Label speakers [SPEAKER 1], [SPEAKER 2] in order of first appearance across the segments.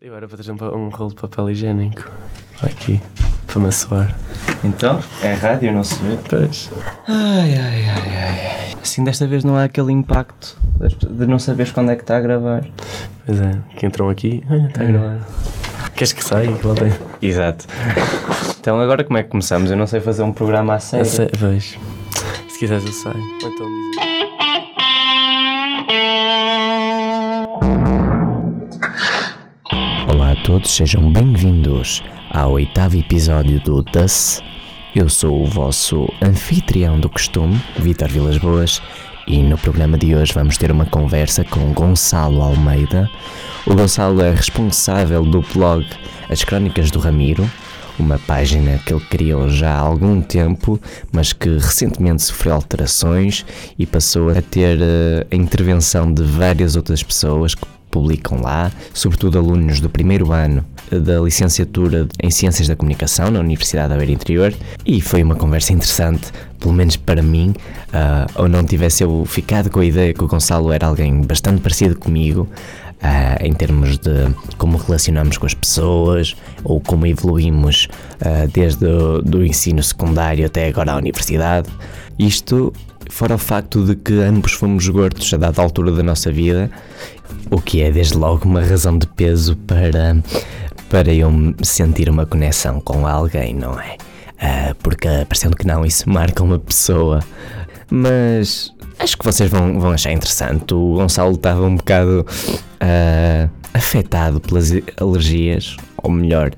[SPEAKER 1] Eu era para trazer um, pa- um rolo de papel higiênico. Aqui. Para me assoar.
[SPEAKER 2] Então, é rádio, não se vê.
[SPEAKER 1] Pois.
[SPEAKER 2] Ai, ai, ai, ai. Assim, desta vez não há aquele impacto das pe- de não saberes quando é que está a gravar.
[SPEAKER 1] Pois é, que entram aqui. Olha, está a gravar. Queres que saia? Que lá tem.
[SPEAKER 2] Exato. Então, agora como é que começamos? Eu não sei fazer um programa a sério.
[SPEAKER 1] Eu sei, vejo. é, Se quiseres eu saio. Ou então diz.
[SPEAKER 3] Olá a todos, sejam bem-vindos ao oitavo episódio do Das. Eu sou o vosso anfitrião do costume, Vitor Vilas Boas, e no programa de hoje vamos ter uma conversa com Gonçalo Almeida. O Gonçalo é responsável do blog As Crónicas do Ramiro, uma página que ele criou já há algum tempo, mas que recentemente sofreu alterações e passou a ter eh, a intervenção de várias outras pessoas que publicam lá, sobretudo alunos do primeiro ano eh, da licenciatura em Ciências da Comunicação na Universidade da Beira Interior e foi uma conversa interessante, pelo menos para mim, ah, ou não tivesse eu ficado com a ideia que o Gonçalo era alguém bastante parecido comigo, ah, em termos de como relacionamos com as pessoas ou como evoluímos ah, desde o do ensino secundário até agora à universidade. Isto fora o facto de que ambos fomos gordos a dada altura da nossa vida, o que é desde logo uma razão de peso para, para eu me sentir uma conexão com alguém, não é? Ah, porque parecendo que não, isso marca uma pessoa. Mas acho que vocês vão, vão achar interessante. O Gonçalo estava um bocado ah, afetado pelas alergias, ou melhor,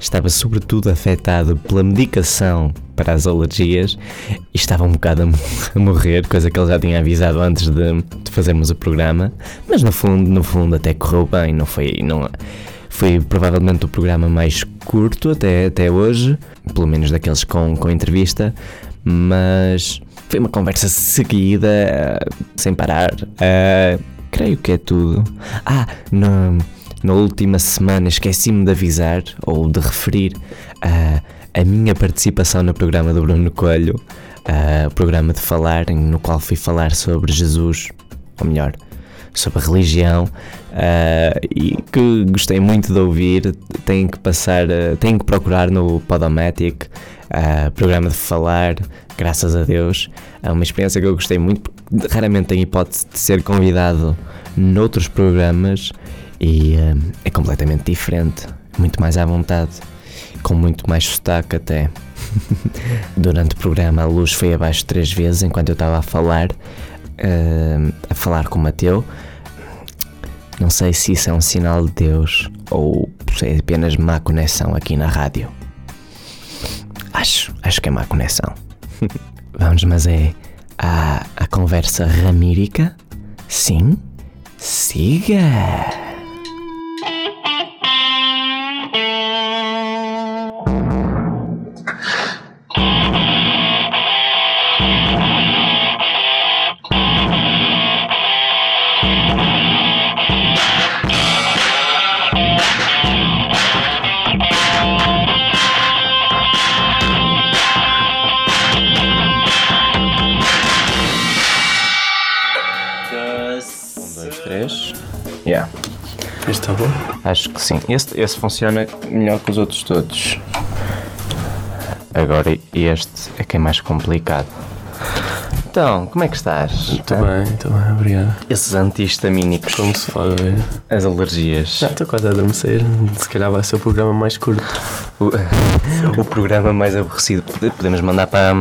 [SPEAKER 3] estava sobretudo afetado pela medicação para as alergias e estava um bocado a mo- a morrer, coisa que ele já tinha avisado antes de, de fazermos o programa. Mas no fundo, no fundo até correu bem, não foi, não, foi provavelmente o programa mais curto até, até hoje, pelo menos daqueles com, com entrevista, mas foi uma conversa seguida, eh, sem parar. eh, creio que é tudo. Ah, na, na última semana esqueci-me de avisar ou de referir ah, a minha participação no programa do Bruno Coelho, ah, o programa de falar, em- no qual fui falar sobre Jesus, ou melhor, sobre a religião ah, e que gostei muito de ouvir. Tenho que passar, ah, tenho que procurar no Podomatic, ah, programa de falar, graças a Deus. É uma experiência que eu gostei muito, porque raramente tenho hipótese de ser convidado noutros programas e ah, é completamente diferente, muito mais à vontade, com muito mais sotaque até. Durante o programa a luz foi abaixo três vezes enquanto eu estava a falar, ah, a falar com o Mateu. Não sei se isso é um sinal de Deus ou se é apenas má conexão aqui na rádio. Acho, acho que é má conexão. Vamos, mas é a, a conversa ramírica? Sim? Siga! Um, dois, três. Yeah,
[SPEAKER 1] Este está tá bom?
[SPEAKER 2] acho que sim. Este, esse funciona melhor que os outros todos. Agora, este é que é mais complicado. Então, como é que estás?
[SPEAKER 1] Estou bem, estou bem, obrigado.
[SPEAKER 2] Esses antihistamínicos,
[SPEAKER 1] Como se fala, velho?
[SPEAKER 2] as alergias.
[SPEAKER 1] Já estou quase a adormecer. Se calhar vai ser o programa mais curto.
[SPEAKER 2] O, o programa mais aborrecido. Podemos mandar para,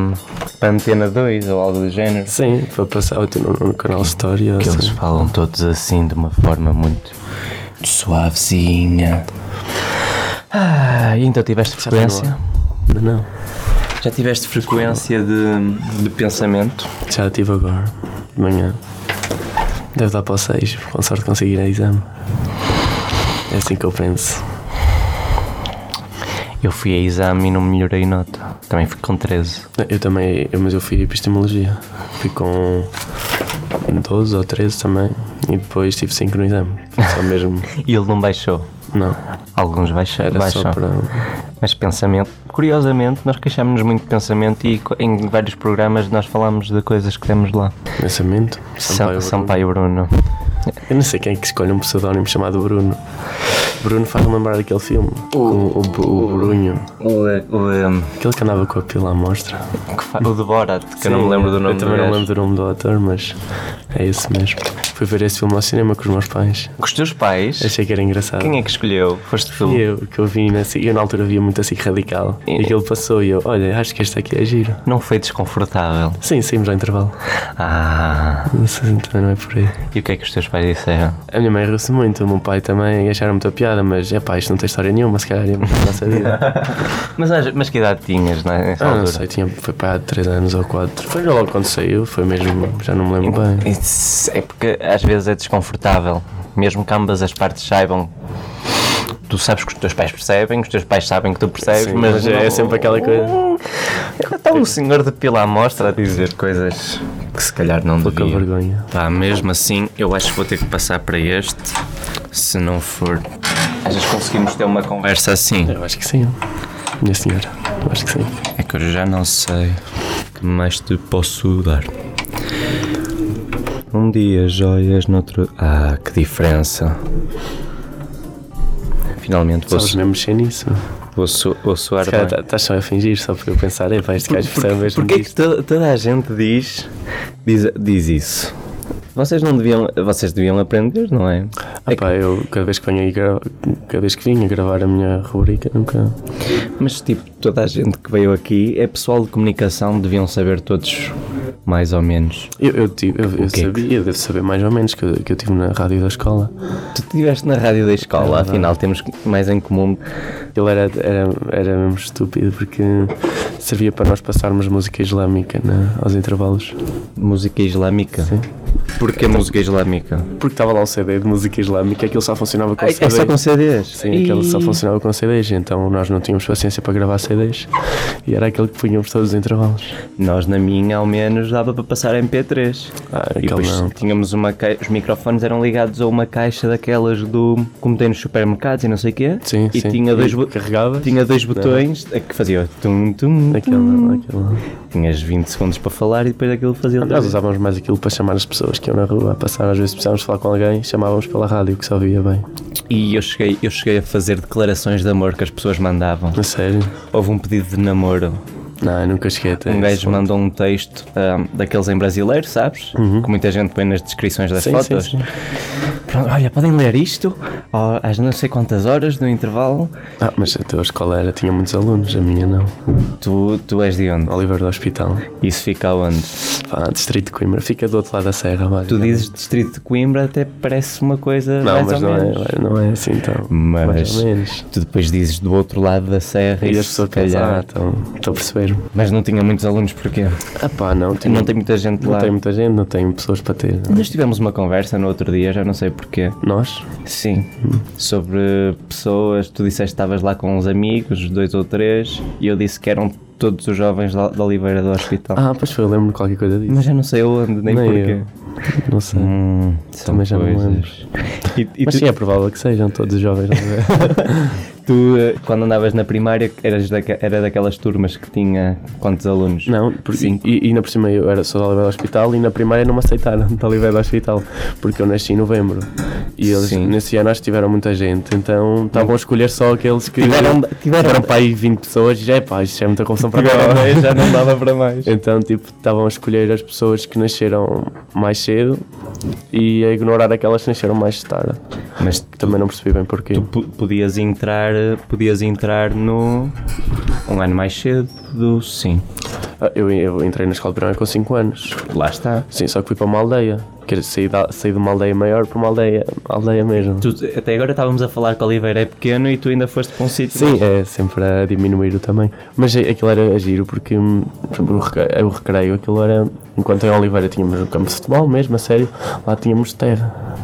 [SPEAKER 2] para a Antena 2 ou algo do género.
[SPEAKER 1] Sim, para passar o teu nome no canal Story. ou
[SPEAKER 2] Que eles
[SPEAKER 1] assim.
[SPEAKER 2] falam todos assim de uma forma muito suavezinha. Ah, e então tiveste
[SPEAKER 1] Já está no
[SPEAKER 2] frequência?
[SPEAKER 1] ar. Ainda não.
[SPEAKER 2] Já tiveste frequência de, de pensamento?
[SPEAKER 1] Já tive agora, de manhã. Deve dar para os 6, com sorte de conseguir a exame. É assim que eu penso.
[SPEAKER 2] Eu fui a exame e não melhorei nota. Também fui com 13.
[SPEAKER 1] Eu também, eu- mas eu fui epistemologia. Fui com 12 ou 13 também. E depois tive 5 no exame. Só mesmo.
[SPEAKER 2] E ele não baixou.
[SPEAKER 1] Não,
[SPEAKER 2] Alguns baixa,
[SPEAKER 1] era
[SPEAKER 2] baixam.
[SPEAKER 1] só para.
[SPEAKER 2] Mas pensamento. Curiosamente, nós queixámos-nos muito de pensamento e co- em vários programas nós falámos de coisas que temos lá.
[SPEAKER 1] Pensamento.
[SPEAKER 2] Sampaio,
[SPEAKER 1] Bruno.
[SPEAKER 2] Sampaio Bruno.
[SPEAKER 1] Eu não sei quem é que escolhe um pseudónimo chamado Bruno. Bruno faz-me lembrar daquele filme. com o, o, o Brunho.
[SPEAKER 2] O, o, um,
[SPEAKER 1] Aquele que andava com a pila à mostra.
[SPEAKER 2] que fa- o de Borat, que eu não me
[SPEAKER 1] Sim,
[SPEAKER 2] lembro do nome
[SPEAKER 1] Eu também
[SPEAKER 2] do
[SPEAKER 1] não
[SPEAKER 2] gajo.
[SPEAKER 1] lembro do nome do ator, mas é esse mesmo. Fui ver esse filme ao cinema com os meus pais.
[SPEAKER 2] Com os teus pais,
[SPEAKER 1] Achei que era engraçado.
[SPEAKER 2] quem é que escolheu? Foste tu?
[SPEAKER 1] E eu, que eu vi na SIC, eu na altura via muito assim radical. E aquilo passou e eu, olha, acho que este aqui é giro.
[SPEAKER 2] Não foi desconfortável.
[SPEAKER 1] Sim, saímos ao intervalo.
[SPEAKER 2] Ah,
[SPEAKER 1] Não sei, também não é por aí.
[SPEAKER 2] e o que é que os teus pais disseram?
[SPEAKER 1] A minha mãe riu-se muito, o meu pai também, e acharam muita piada, mas é pá, isto não tem história nenhuma, se calhar é muito da nossa vida.
[SPEAKER 2] Mas, às- mas que idade tinhas na- nessa
[SPEAKER 1] Ah, não
[SPEAKER 2] altura?
[SPEAKER 1] sei, tinha, foi para há 3 anos ou 4. Foi logo quando saiu, foi mesmo, já não me lembro bem.
[SPEAKER 2] Isso é porque às vezes é desconfortável, mesmo que ambas as partes saibam. Tu sabes que os teus pais percebem, os teus pais sabem que tu percebes,
[SPEAKER 1] Sim,
[SPEAKER 2] mas,
[SPEAKER 1] mas é sempre aquela coisa.
[SPEAKER 2] Está um senhor de pila à mostra a dizer coisas que se calhar não
[SPEAKER 1] Pouca
[SPEAKER 2] devia.
[SPEAKER 1] vergonha.
[SPEAKER 2] Pá, mesmo assim, eu acho que vou ter que passar para este, se não for... Às vezes conseguimos ter uma conversa assim.
[SPEAKER 1] Eu acho que sim. Minha senhora, eu acho que sim.
[SPEAKER 2] É que eu já não sei que mais te posso dar. Um dia joias, noutro. Ah, que diferença! Finalmente vou,
[SPEAKER 1] Sabes mesmo mexer nisso?
[SPEAKER 2] vou, su- vou suar
[SPEAKER 1] Cara,
[SPEAKER 2] bem.
[SPEAKER 1] tá- estás só a fingir, só porque eu pensar, epá, este gajo percebe mesmo
[SPEAKER 2] Porquê que
[SPEAKER 1] disto.
[SPEAKER 2] to- toda a gente diz, diz, diz isso? Vocês não deviam. Vocês deviam aprender, não é?
[SPEAKER 1] Ah, pá, eu cada vez que venho aí, gra- cada vez que vim a gravar a minha rubrica, nunca.
[SPEAKER 2] Mas tipo, toda a gente que veio aqui é pessoal de comunicação, deviam saber todos, mais ou menos.
[SPEAKER 1] Eu, eu, tive- eu, eu
[SPEAKER 2] que é que-
[SPEAKER 1] sabia, eu devo saber mais ou menos que eu, que eu tive na rádio da escola.
[SPEAKER 2] Tu estiveste na rádio da escola, afinal temos mais em comum.
[SPEAKER 1] Ele era, era, era mesmo estúpido porque servia para nós passarmos música islâmica na- aos intervalos.
[SPEAKER 2] Música islâmica? Sim. Então, Porquê música islâmica?
[SPEAKER 1] Porque estava lá um CD de música islâmica, aquilo só funcionava com
[SPEAKER 2] É,
[SPEAKER 1] CDs.
[SPEAKER 2] só com CDs?
[SPEAKER 1] Sim, aquele só funcionava com CDs, então nós não tínhamos paciência para gravar CDs e era aquele que punhamos todos os intervalos.
[SPEAKER 2] Nós na minha, ao menos, dava para passar MP3.
[SPEAKER 1] Ah,
[SPEAKER 2] e
[SPEAKER 1] aquele
[SPEAKER 2] depois
[SPEAKER 1] não.
[SPEAKER 2] tínhamos uma caixa, os microfones eram ligados a uma caixa daquelas do. como tem nos supermercados e não sei o quê.
[SPEAKER 1] Sim,
[SPEAKER 2] e
[SPEAKER 1] sim.
[SPEAKER 2] Tinha dois
[SPEAKER 1] E
[SPEAKER 2] bo-
[SPEAKER 1] carregavas?
[SPEAKER 2] Tinha dois botões a que fazia tum tum.
[SPEAKER 1] Aquele não, aquele não.
[SPEAKER 2] Tinhas 20 segundos para falar e depois aquilo fazia outra
[SPEAKER 1] Nós
[SPEAKER 2] vez.
[SPEAKER 1] usávamos mais aquilo para chamar as pessoas que iam na rua a passar, às vezes precisávamos falar com alguém, chamávamos pela rádio que só via bem.
[SPEAKER 2] E eu cheguei, eu cheguei a fazer declarações de amor que as pessoas mandavam.
[SPEAKER 1] A sério?
[SPEAKER 2] Houve um pedido de namoro.
[SPEAKER 1] Não, eu nunca cheguei até.
[SPEAKER 2] Um
[SPEAKER 1] esse
[SPEAKER 2] gajo
[SPEAKER 1] ponto.
[SPEAKER 2] mandou um texto ahm, daqueles em brasileiro, sabes? Que muita gente põe nas descrições das
[SPEAKER 1] Sim,
[SPEAKER 2] fotos.
[SPEAKER 1] sim, sim.
[SPEAKER 2] Pronto, olha, podem ler isto ó, às não sei quantas horas do intervalo.
[SPEAKER 1] Ah, mas a tua escola era, tinha muitos alunos, a minha não.
[SPEAKER 2] Tu, tu és de onde?
[SPEAKER 1] Oliver do Hospital.
[SPEAKER 2] Isso fica onde?
[SPEAKER 1] Pá, Distrito de Coimbra, fica do outro lado da serra, vai.
[SPEAKER 2] Tu dizes Distrito de Coimbra, até parece uma coisa
[SPEAKER 1] Não,
[SPEAKER 2] mais
[SPEAKER 1] mas
[SPEAKER 2] ou
[SPEAKER 1] não
[SPEAKER 2] menos.
[SPEAKER 1] é, não é assim então.
[SPEAKER 2] Mas-
[SPEAKER 1] Mais ou menos.
[SPEAKER 2] Tu depois dizes do outro lado da serra
[SPEAKER 1] E
[SPEAKER 2] e
[SPEAKER 1] as
[SPEAKER 2] se
[SPEAKER 1] pessoas pensam, ah,
[SPEAKER 2] calhar.
[SPEAKER 1] então, estou a perceber.
[SPEAKER 2] Mas não tinha muitos alunos porquê?
[SPEAKER 1] Ah pá, não, tinha-
[SPEAKER 2] Não tem muita gente
[SPEAKER 1] não
[SPEAKER 2] lá.
[SPEAKER 1] tem muita gente, não tem pessoas para ter.
[SPEAKER 2] Nós tivemos uma conversa no outro dia, já não sei porquê.
[SPEAKER 1] Nós?
[SPEAKER 2] Sim,
[SPEAKER 1] Hum.
[SPEAKER 2] sobre pessoas, tu disseste que estavas lá com uns amigos, dois ou três, e eu disse que eram todos os jovens lá da Oliveira do Hospital.
[SPEAKER 1] Ah, pois foi, eu lembro-me de qualquer coisa disso.
[SPEAKER 2] Mas já não sei onde, nem,
[SPEAKER 1] Nem
[SPEAKER 2] porquê.
[SPEAKER 1] eu. Não sei.
[SPEAKER 2] Hum, são
[SPEAKER 1] Também já não
[SPEAKER 2] coisas. E, e
[SPEAKER 1] Mas
[SPEAKER 2] tu,
[SPEAKER 1] sim, é provável que sejam todos jovens. não é?
[SPEAKER 2] tu, eh, quando andavas na primária, eras daque- era daquelas turmas que tinha quantos alunos?
[SPEAKER 1] não, porque,
[SPEAKER 2] Cinco.
[SPEAKER 1] e, e ainda por cima eu era só da Oliveira do Hospital e na primária não me aceitaram da Oliveira do Hospital, porque eu nasci em novembro. E eles,
[SPEAKER 2] Sim.
[SPEAKER 1] nesse ano, acho que tiveram muita gente, então estavam a escolher só aqueles que
[SPEAKER 2] Tiveram- tiveram-
[SPEAKER 1] tiveram para aí 20 pessoas e já é pá, isto é muita confusão para
[SPEAKER 2] Agora
[SPEAKER 1] nós.
[SPEAKER 2] já não dava para mais.
[SPEAKER 1] Então, tipo, estavam a escolher as pessoas que nasceram mais cedo e a ignorar aquelas que nasceram mais tarde.
[SPEAKER 2] Mas
[SPEAKER 1] Também não percebi bem porquê.
[SPEAKER 2] tu po- podias entrar, eh, podias entrar no um ano mais cedo do sim.
[SPEAKER 1] Ah, Eu, eu entrei na escola primária com 5 anos.
[SPEAKER 2] Lá está.
[SPEAKER 1] Sim, só que fui para uma aldeia. Quer dizer, saí, da- saí de uma aldeia maior para uma aldeia, aldeia mesmo.
[SPEAKER 2] Tu- até agora estávamos a falar que o Oliveira é pequeno e tu ainda foste para um sítio.
[SPEAKER 1] Sim, é sempre a diminuir o tamanho. Mas é- aquilo era giro porque hum, por exemplo, o recreio, o recreio, aquilo era. Enquanto em Oliveira tínhamos o campo de futebol mesmo, a sério, lá tínhamos terra.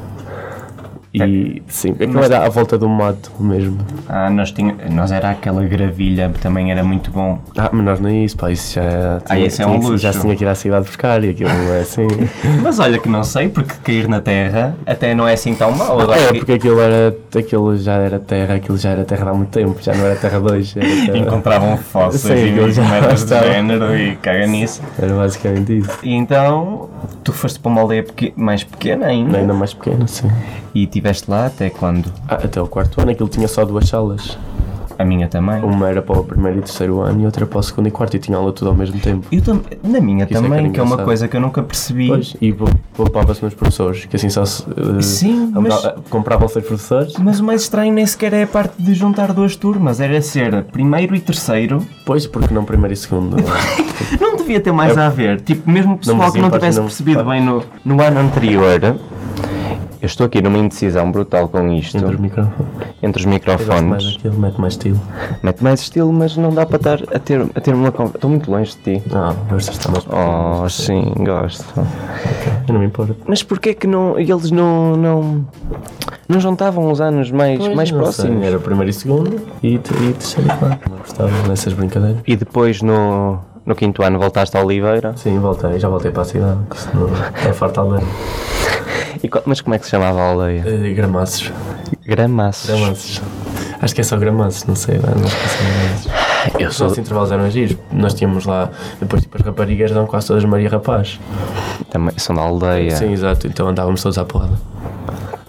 [SPEAKER 1] E
[SPEAKER 3] É.
[SPEAKER 1] sim, aquilo era à volta do mato mesmo.
[SPEAKER 3] Ah, nós, tinha, nós era aquela gravilha, também era muito bom.
[SPEAKER 1] Ah, mas nós não é isso, pá, isso já
[SPEAKER 3] Ah, esse é um
[SPEAKER 1] tinha- já
[SPEAKER 3] luxo.
[SPEAKER 1] tinha que ir à cidade buscar e aquilo não é assim.
[SPEAKER 3] Mas olha que não sei, porque cair na terra até não é assim tão mau. Agora,
[SPEAKER 1] é, porque aquilo era aquilo já era terra, aquilo já era terra de há muito tempo, já não era terra de hoje, era, terra,
[SPEAKER 3] encontravam fósseis
[SPEAKER 1] Sim,
[SPEAKER 3] e
[SPEAKER 1] eu já
[SPEAKER 3] merdas de
[SPEAKER 1] estava.
[SPEAKER 3] género e caga nisso.
[SPEAKER 1] era basicamente isso.
[SPEAKER 3] E então tu foste para uma aldeia pequ- mais pequena ainda
[SPEAKER 1] Ainda mais pequeno, sim.
[SPEAKER 3] e estiveste lá até quando?
[SPEAKER 1] Ah, até o quarto ano aquilo tinha só duas salas.
[SPEAKER 3] A minha também.
[SPEAKER 1] Uma era para o primeiro e terceiro ano e outra para o segundo e quarto e tinha aula tudo ao mesmo tempo.
[SPEAKER 3] Eu tam na minha
[SPEAKER 1] é que
[SPEAKER 3] também,
[SPEAKER 1] era
[SPEAKER 3] que é uma
[SPEAKER 1] engraçado.
[SPEAKER 3] coisa que eu nunca percebi.
[SPEAKER 1] Pois, e pou- poupava-se nos professores, que assim só se. eh,
[SPEAKER 3] Sim,
[SPEAKER 1] compra-
[SPEAKER 3] mas-
[SPEAKER 1] eh, Compravam-se os professores,
[SPEAKER 3] Mas o mais estranho nem sequer é a parte de juntar duas turmas, era ser primeiro e terceiro.
[SPEAKER 1] pois porque não primeiro e segundo.
[SPEAKER 3] Não devia ter mais a ver. Tipo, mesmo o pessoal
[SPEAKER 1] mas
[SPEAKER 3] que não
[SPEAKER 1] sim, pode-
[SPEAKER 3] tivesse
[SPEAKER 1] não-
[SPEAKER 3] percebido bem no, no ano anterior. Eu estou aqui numa indecisão brutal com isto.
[SPEAKER 1] Entre os microfones.
[SPEAKER 3] Entre os
[SPEAKER 1] Gosto mais daquilo, mete mais estilo.
[SPEAKER 3] Mete mais estilo, mas não dá para estar a ter, a ter uma conversa. Estou muito longe de ti.
[SPEAKER 1] Ah, gostas de estar mais pequeno.
[SPEAKER 3] Oh, sim, gosto.
[SPEAKER 1] Eu não me importo.
[SPEAKER 3] Mas porquê que não, eles não, não, não juntavam os anos mais, mais
[SPEAKER 1] Não sei,
[SPEAKER 3] próximos?
[SPEAKER 1] Era primeiro e segundo e, te- e terceiro e quarto. Não gostava dessas brincadeiras.
[SPEAKER 3] E depois no, no quinto ano voltaste à Oliveira.
[SPEAKER 1] Sim, voltei, já voltei para a cidade, que senão é farta aldeia.
[SPEAKER 3] E qual- mas como é que se chamava a aldeia?
[SPEAKER 1] Eh, Gramaços.
[SPEAKER 3] Gramaços.
[SPEAKER 1] Gramances. Acho que é só gramances, não sei, não acho que é só gramances.
[SPEAKER 3] Eu
[SPEAKER 1] Os
[SPEAKER 3] sou.
[SPEAKER 1] nossos intervalos eram giros. Nós tínhamos lá, depois tipo as raparigas eram quase todas Maria Rapaz.
[SPEAKER 3] Também, são da aldeia.
[SPEAKER 1] Sim, exato, então andávamos todos à porrada.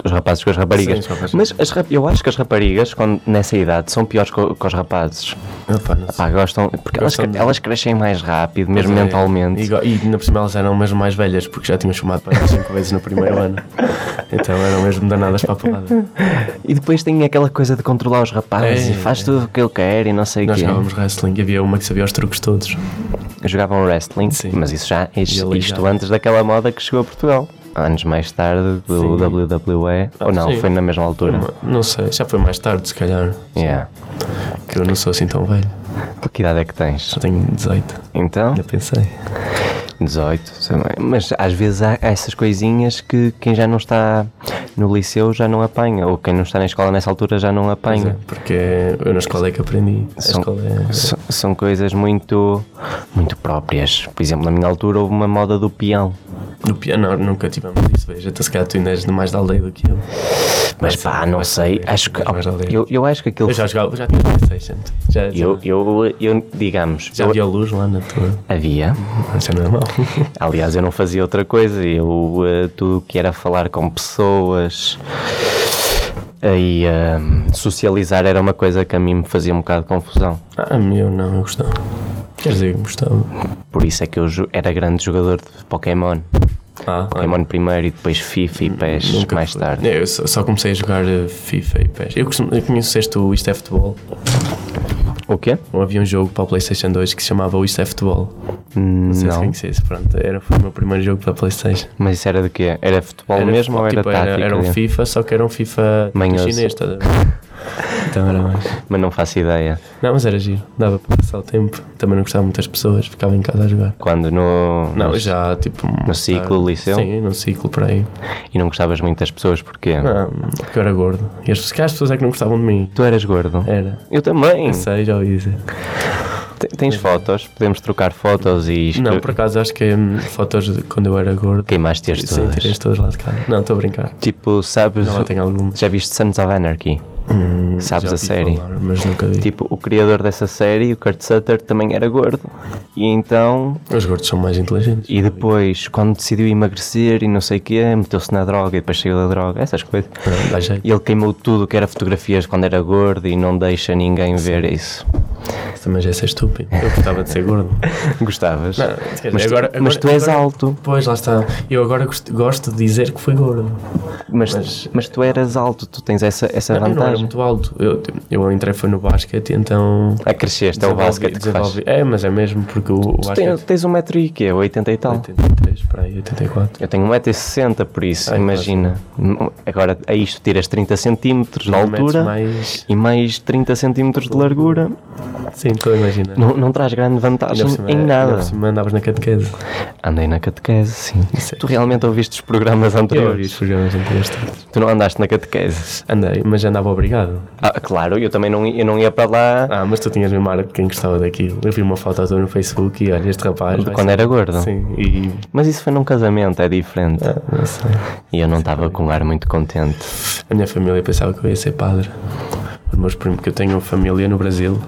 [SPEAKER 3] Os rapazes com as raparigas.
[SPEAKER 1] Sim, os rapazes.
[SPEAKER 3] Mas as rap- eu acho que as raparigas, quando, nessa idade, são piores que, o- que os rapazes.
[SPEAKER 1] Opa, não sei.
[SPEAKER 3] Pá, gostam. Porque elas,
[SPEAKER 1] Gostam
[SPEAKER 3] cre-
[SPEAKER 1] de-
[SPEAKER 3] elas crescem mais rápido, Ah, mesmo
[SPEAKER 1] É,
[SPEAKER 3] mentalmente.
[SPEAKER 1] E, go- e ainda por cima elas eram mesmo mais velhas, porque já tinham chamado para elas 5 vezes no primeiro ano. Então eram mesmo danadas para a porrada.
[SPEAKER 3] E depois tem aquela coisa de controlar os rapazes
[SPEAKER 1] É,
[SPEAKER 3] e faz
[SPEAKER 1] é.
[SPEAKER 3] tudo o que eu quero e não sei o
[SPEAKER 1] Nós
[SPEAKER 3] quê.
[SPEAKER 1] jogávamos wrestling e havia uma que sabia os truques todos.
[SPEAKER 3] Jogavam um wrestling,
[SPEAKER 1] Sim.
[SPEAKER 3] mas isso já isto,
[SPEAKER 1] ele
[SPEAKER 3] isto
[SPEAKER 1] já-
[SPEAKER 3] antes daquela moda que chegou a Portugal. Anos mais tarde do
[SPEAKER 1] Sim. Ah,
[SPEAKER 3] WWE. ou não,
[SPEAKER 1] sim.
[SPEAKER 3] foi na mesma altura.
[SPEAKER 1] Não sei, já foi mais tarde, se calhar.
[SPEAKER 3] Yeah.
[SPEAKER 1] Que eu não sou assim tão velho.
[SPEAKER 3] Que idade é que tens?
[SPEAKER 1] Já tenho 18,
[SPEAKER 3] Então?
[SPEAKER 1] ainda pensei.
[SPEAKER 3] 18 também. Mas às vezes há essas coisinhas que quem já não está no liceu já não apanha, ou quem não está na escola nessa altura já não apanha.
[SPEAKER 1] Porque eu na escola é que aprendi. A
[SPEAKER 3] São-
[SPEAKER 1] escola é.
[SPEAKER 3] S- São coisas muito, muito próprias. Por exemplo, na minha altura houve uma moda do peão.
[SPEAKER 1] No piano não, nunca tivemos isso, veja. Até se calhar tu ainda és mais da aldeia do que eu.
[SPEAKER 3] Mas
[SPEAKER 1] Vai
[SPEAKER 3] pá,
[SPEAKER 1] ser-
[SPEAKER 3] não
[SPEAKER 1] vai
[SPEAKER 3] sei.
[SPEAKER 1] ser-
[SPEAKER 3] Acho que.
[SPEAKER 1] vai ser mais
[SPEAKER 3] Ah, Eu, eu acho que aquilo.
[SPEAKER 1] é. Eu já jogava, já tinha PlayStation. Já, já,
[SPEAKER 3] Eu, eu, eu, digamos.
[SPEAKER 1] já
[SPEAKER 3] eu-
[SPEAKER 1] havia luz lá na tua.
[SPEAKER 3] havia.
[SPEAKER 1] Já não é mau.
[SPEAKER 3] Aliás, eu não fazia outra coisa. Eu, eh, tudo que era falar com pessoas e eh, socializar era uma coisa que a mim me fazia um bocado de confusão.
[SPEAKER 1] Ah, meu, não, eu gostava. Quer dizer, eu gostava.
[SPEAKER 3] Por isso é que eu jo- era grande jogador de Pokémon.
[SPEAKER 1] Ah, olha,
[SPEAKER 3] Pokémon primeiro e depois FIFA e PES
[SPEAKER 1] Hum, nunca
[SPEAKER 3] É mais
[SPEAKER 1] fui.
[SPEAKER 3] tarde.
[SPEAKER 1] Eu só, só comecei a jogar eh, FIFA e PES. Eu, costumo, eu conheceste o Isto é Futebol.
[SPEAKER 3] O quê?
[SPEAKER 1] Havia um jogo para a PlayStation 2 que se chamava Isto é Futebol.
[SPEAKER 3] Hum, Não,
[SPEAKER 1] Não sei se conheces, pronto. Era, foi o meu primeiro jogo para a PlayStation.
[SPEAKER 3] mas isso era de quê? Era futebol
[SPEAKER 1] Era
[SPEAKER 3] mesmo ou era
[SPEAKER 1] tipo,
[SPEAKER 3] tática?
[SPEAKER 1] Era, um FIFA, só que era um FIFA
[SPEAKER 3] Manhoso.
[SPEAKER 1] chinês, estás a ver? Então era mais.
[SPEAKER 3] Mas não faço ideia.
[SPEAKER 1] Não, mas era giro. Dava para passar o tempo. Também não gostava muitas pessoas, ficava em casa a jogar.
[SPEAKER 3] Quando no.
[SPEAKER 1] Não, já tipo.
[SPEAKER 3] No ciclo, liceu?
[SPEAKER 1] Sim, no ciclo por aí.
[SPEAKER 3] E não gostavas muito das pessoas porquê?
[SPEAKER 1] Não, porque eu era gordo. E as, se calhar as pessoas é que não gostavam de mim.
[SPEAKER 3] Tu eras gordo.
[SPEAKER 1] Era.
[SPEAKER 3] Eu também.
[SPEAKER 1] Não sei, já ouvi dizer.
[SPEAKER 3] T- Tens fotos? Podemos trocar fotos e escre-
[SPEAKER 1] Não, por acaso acho que hum, fotos de quando eu era gordo.
[SPEAKER 3] queimaste as
[SPEAKER 1] Sim, tirei
[SPEAKER 3] todas.
[SPEAKER 1] todos lá de casa. Não, estou a brincar.
[SPEAKER 3] Tipo, sabes.
[SPEAKER 1] Não, lá tenho algumas.
[SPEAKER 3] Já viste Sons of Anarchy? sabes
[SPEAKER 1] Já
[SPEAKER 3] a
[SPEAKER 1] ouvi
[SPEAKER 3] série?
[SPEAKER 1] falar, mas nunca vi.
[SPEAKER 3] Tipo, o criador dessa série, o Kurt Sutter, também era gordo. E então.
[SPEAKER 1] Os gordos são mais inteligentes.
[SPEAKER 3] E depois, quando decidiu emagrecer e não sei o quê, meteu-se na droga e depois saiu da droga, essas coisas.
[SPEAKER 1] Não, dá jeito.
[SPEAKER 3] E ele queimou tudo que era fotografias de quando era gordo e não deixa ninguém ver isso.
[SPEAKER 1] Também já sei é estúpido. Eu gostava de ser gordo.
[SPEAKER 3] Gostavas?
[SPEAKER 1] Não, quer dizer,
[SPEAKER 3] mas, tu-
[SPEAKER 1] agora-
[SPEAKER 3] mas
[SPEAKER 1] agora-
[SPEAKER 3] tu és
[SPEAKER 1] agora-
[SPEAKER 3] alto.
[SPEAKER 1] Pois, lá está. Eu agora gost- gosto de dizer que fui gordo.
[SPEAKER 3] Mas, mas, tu eras alto, tu tens essa, essa
[SPEAKER 1] Eu não era
[SPEAKER 3] vantagem.
[SPEAKER 1] muito alto. Eu, eu entrei foi no basquete, então...
[SPEAKER 3] Ah, cresceste, é o
[SPEAKER 1] desenvolvi-
[SPEAKER 3] basquete que faz.
[SPEAKER 1] desenvolvi- É, mas é mesmo, porque o, o
[SPEAKER 3] Tu tens,
[SPEAKER 1] basquete... é
[SPEAKER 3] tens um metro e quê? 80 e tal?
[SPEAKER 1] 83, para aí, 84.
[SPEAKER 3] Eu tenho 1,60m por isso,
[SPEAKER 1] Ai,
[SPEAKER 3] imagina. Hum, Agora a isto tiras 30 centímetros de
[SPEAKER 1] Não metes
[SPEAKER 3] altura
[SPEAKER 1] um mais-
[SPEAKER 3] e mais 30 centímetros de largura
[SPEAKER 1] Sim, estou a imaginar.
[SPEAKER 3] Não, não traz grande
[SPEAKER 1] Ainda
[SPEAKER 3] vantagem
[SPEAKER 1] por cima- é-
[SPEAKER 3] em
[SPEAKER 1] Ainda
[SPEAKER 3] nada.
[SPEAKER 1] por cima andavas na catequese.
[SPEAKER 3] Andei na catequese, sim.
[SPEAKER 1] Isso é-
[SPEAKER 3] Tu realmente ouviste os programas
[SPEAKER 1] Eu ouvi os
[SPEAKER 3] anteriores?
[SPEAKER 1] programas anteriores todos.
[SPEAKER 3] Tu não andaste na catequese?
[SPEAKER 1] Andei, mas andava obrigado.
[SPEAKER 3] Ah, claro, eu também não, ia- eu não ia para lá
[SPEAKER 1] Ah, mas tu tinhas mesmo ar de quem gostava daquilo. Eu vi uma foto tua no Facebook e olha, este rapaz. vai
[SPEAKER 3] quando
[SPEAKER 1] ser-
[SPEAKER 3] era gordo.
[SPEAKER 1] Sim, e.
[SPEAKER 3] Mas isso foi num casamento, é diferente.
[SPEAKER 1] Não sei.
[SPEAKER 3] E eu não estava com um ar muito contente.
[SPEAKER 1] A minha família pensava que eu ia ser padre. Os meus primos, que eu tenho família no Brasil.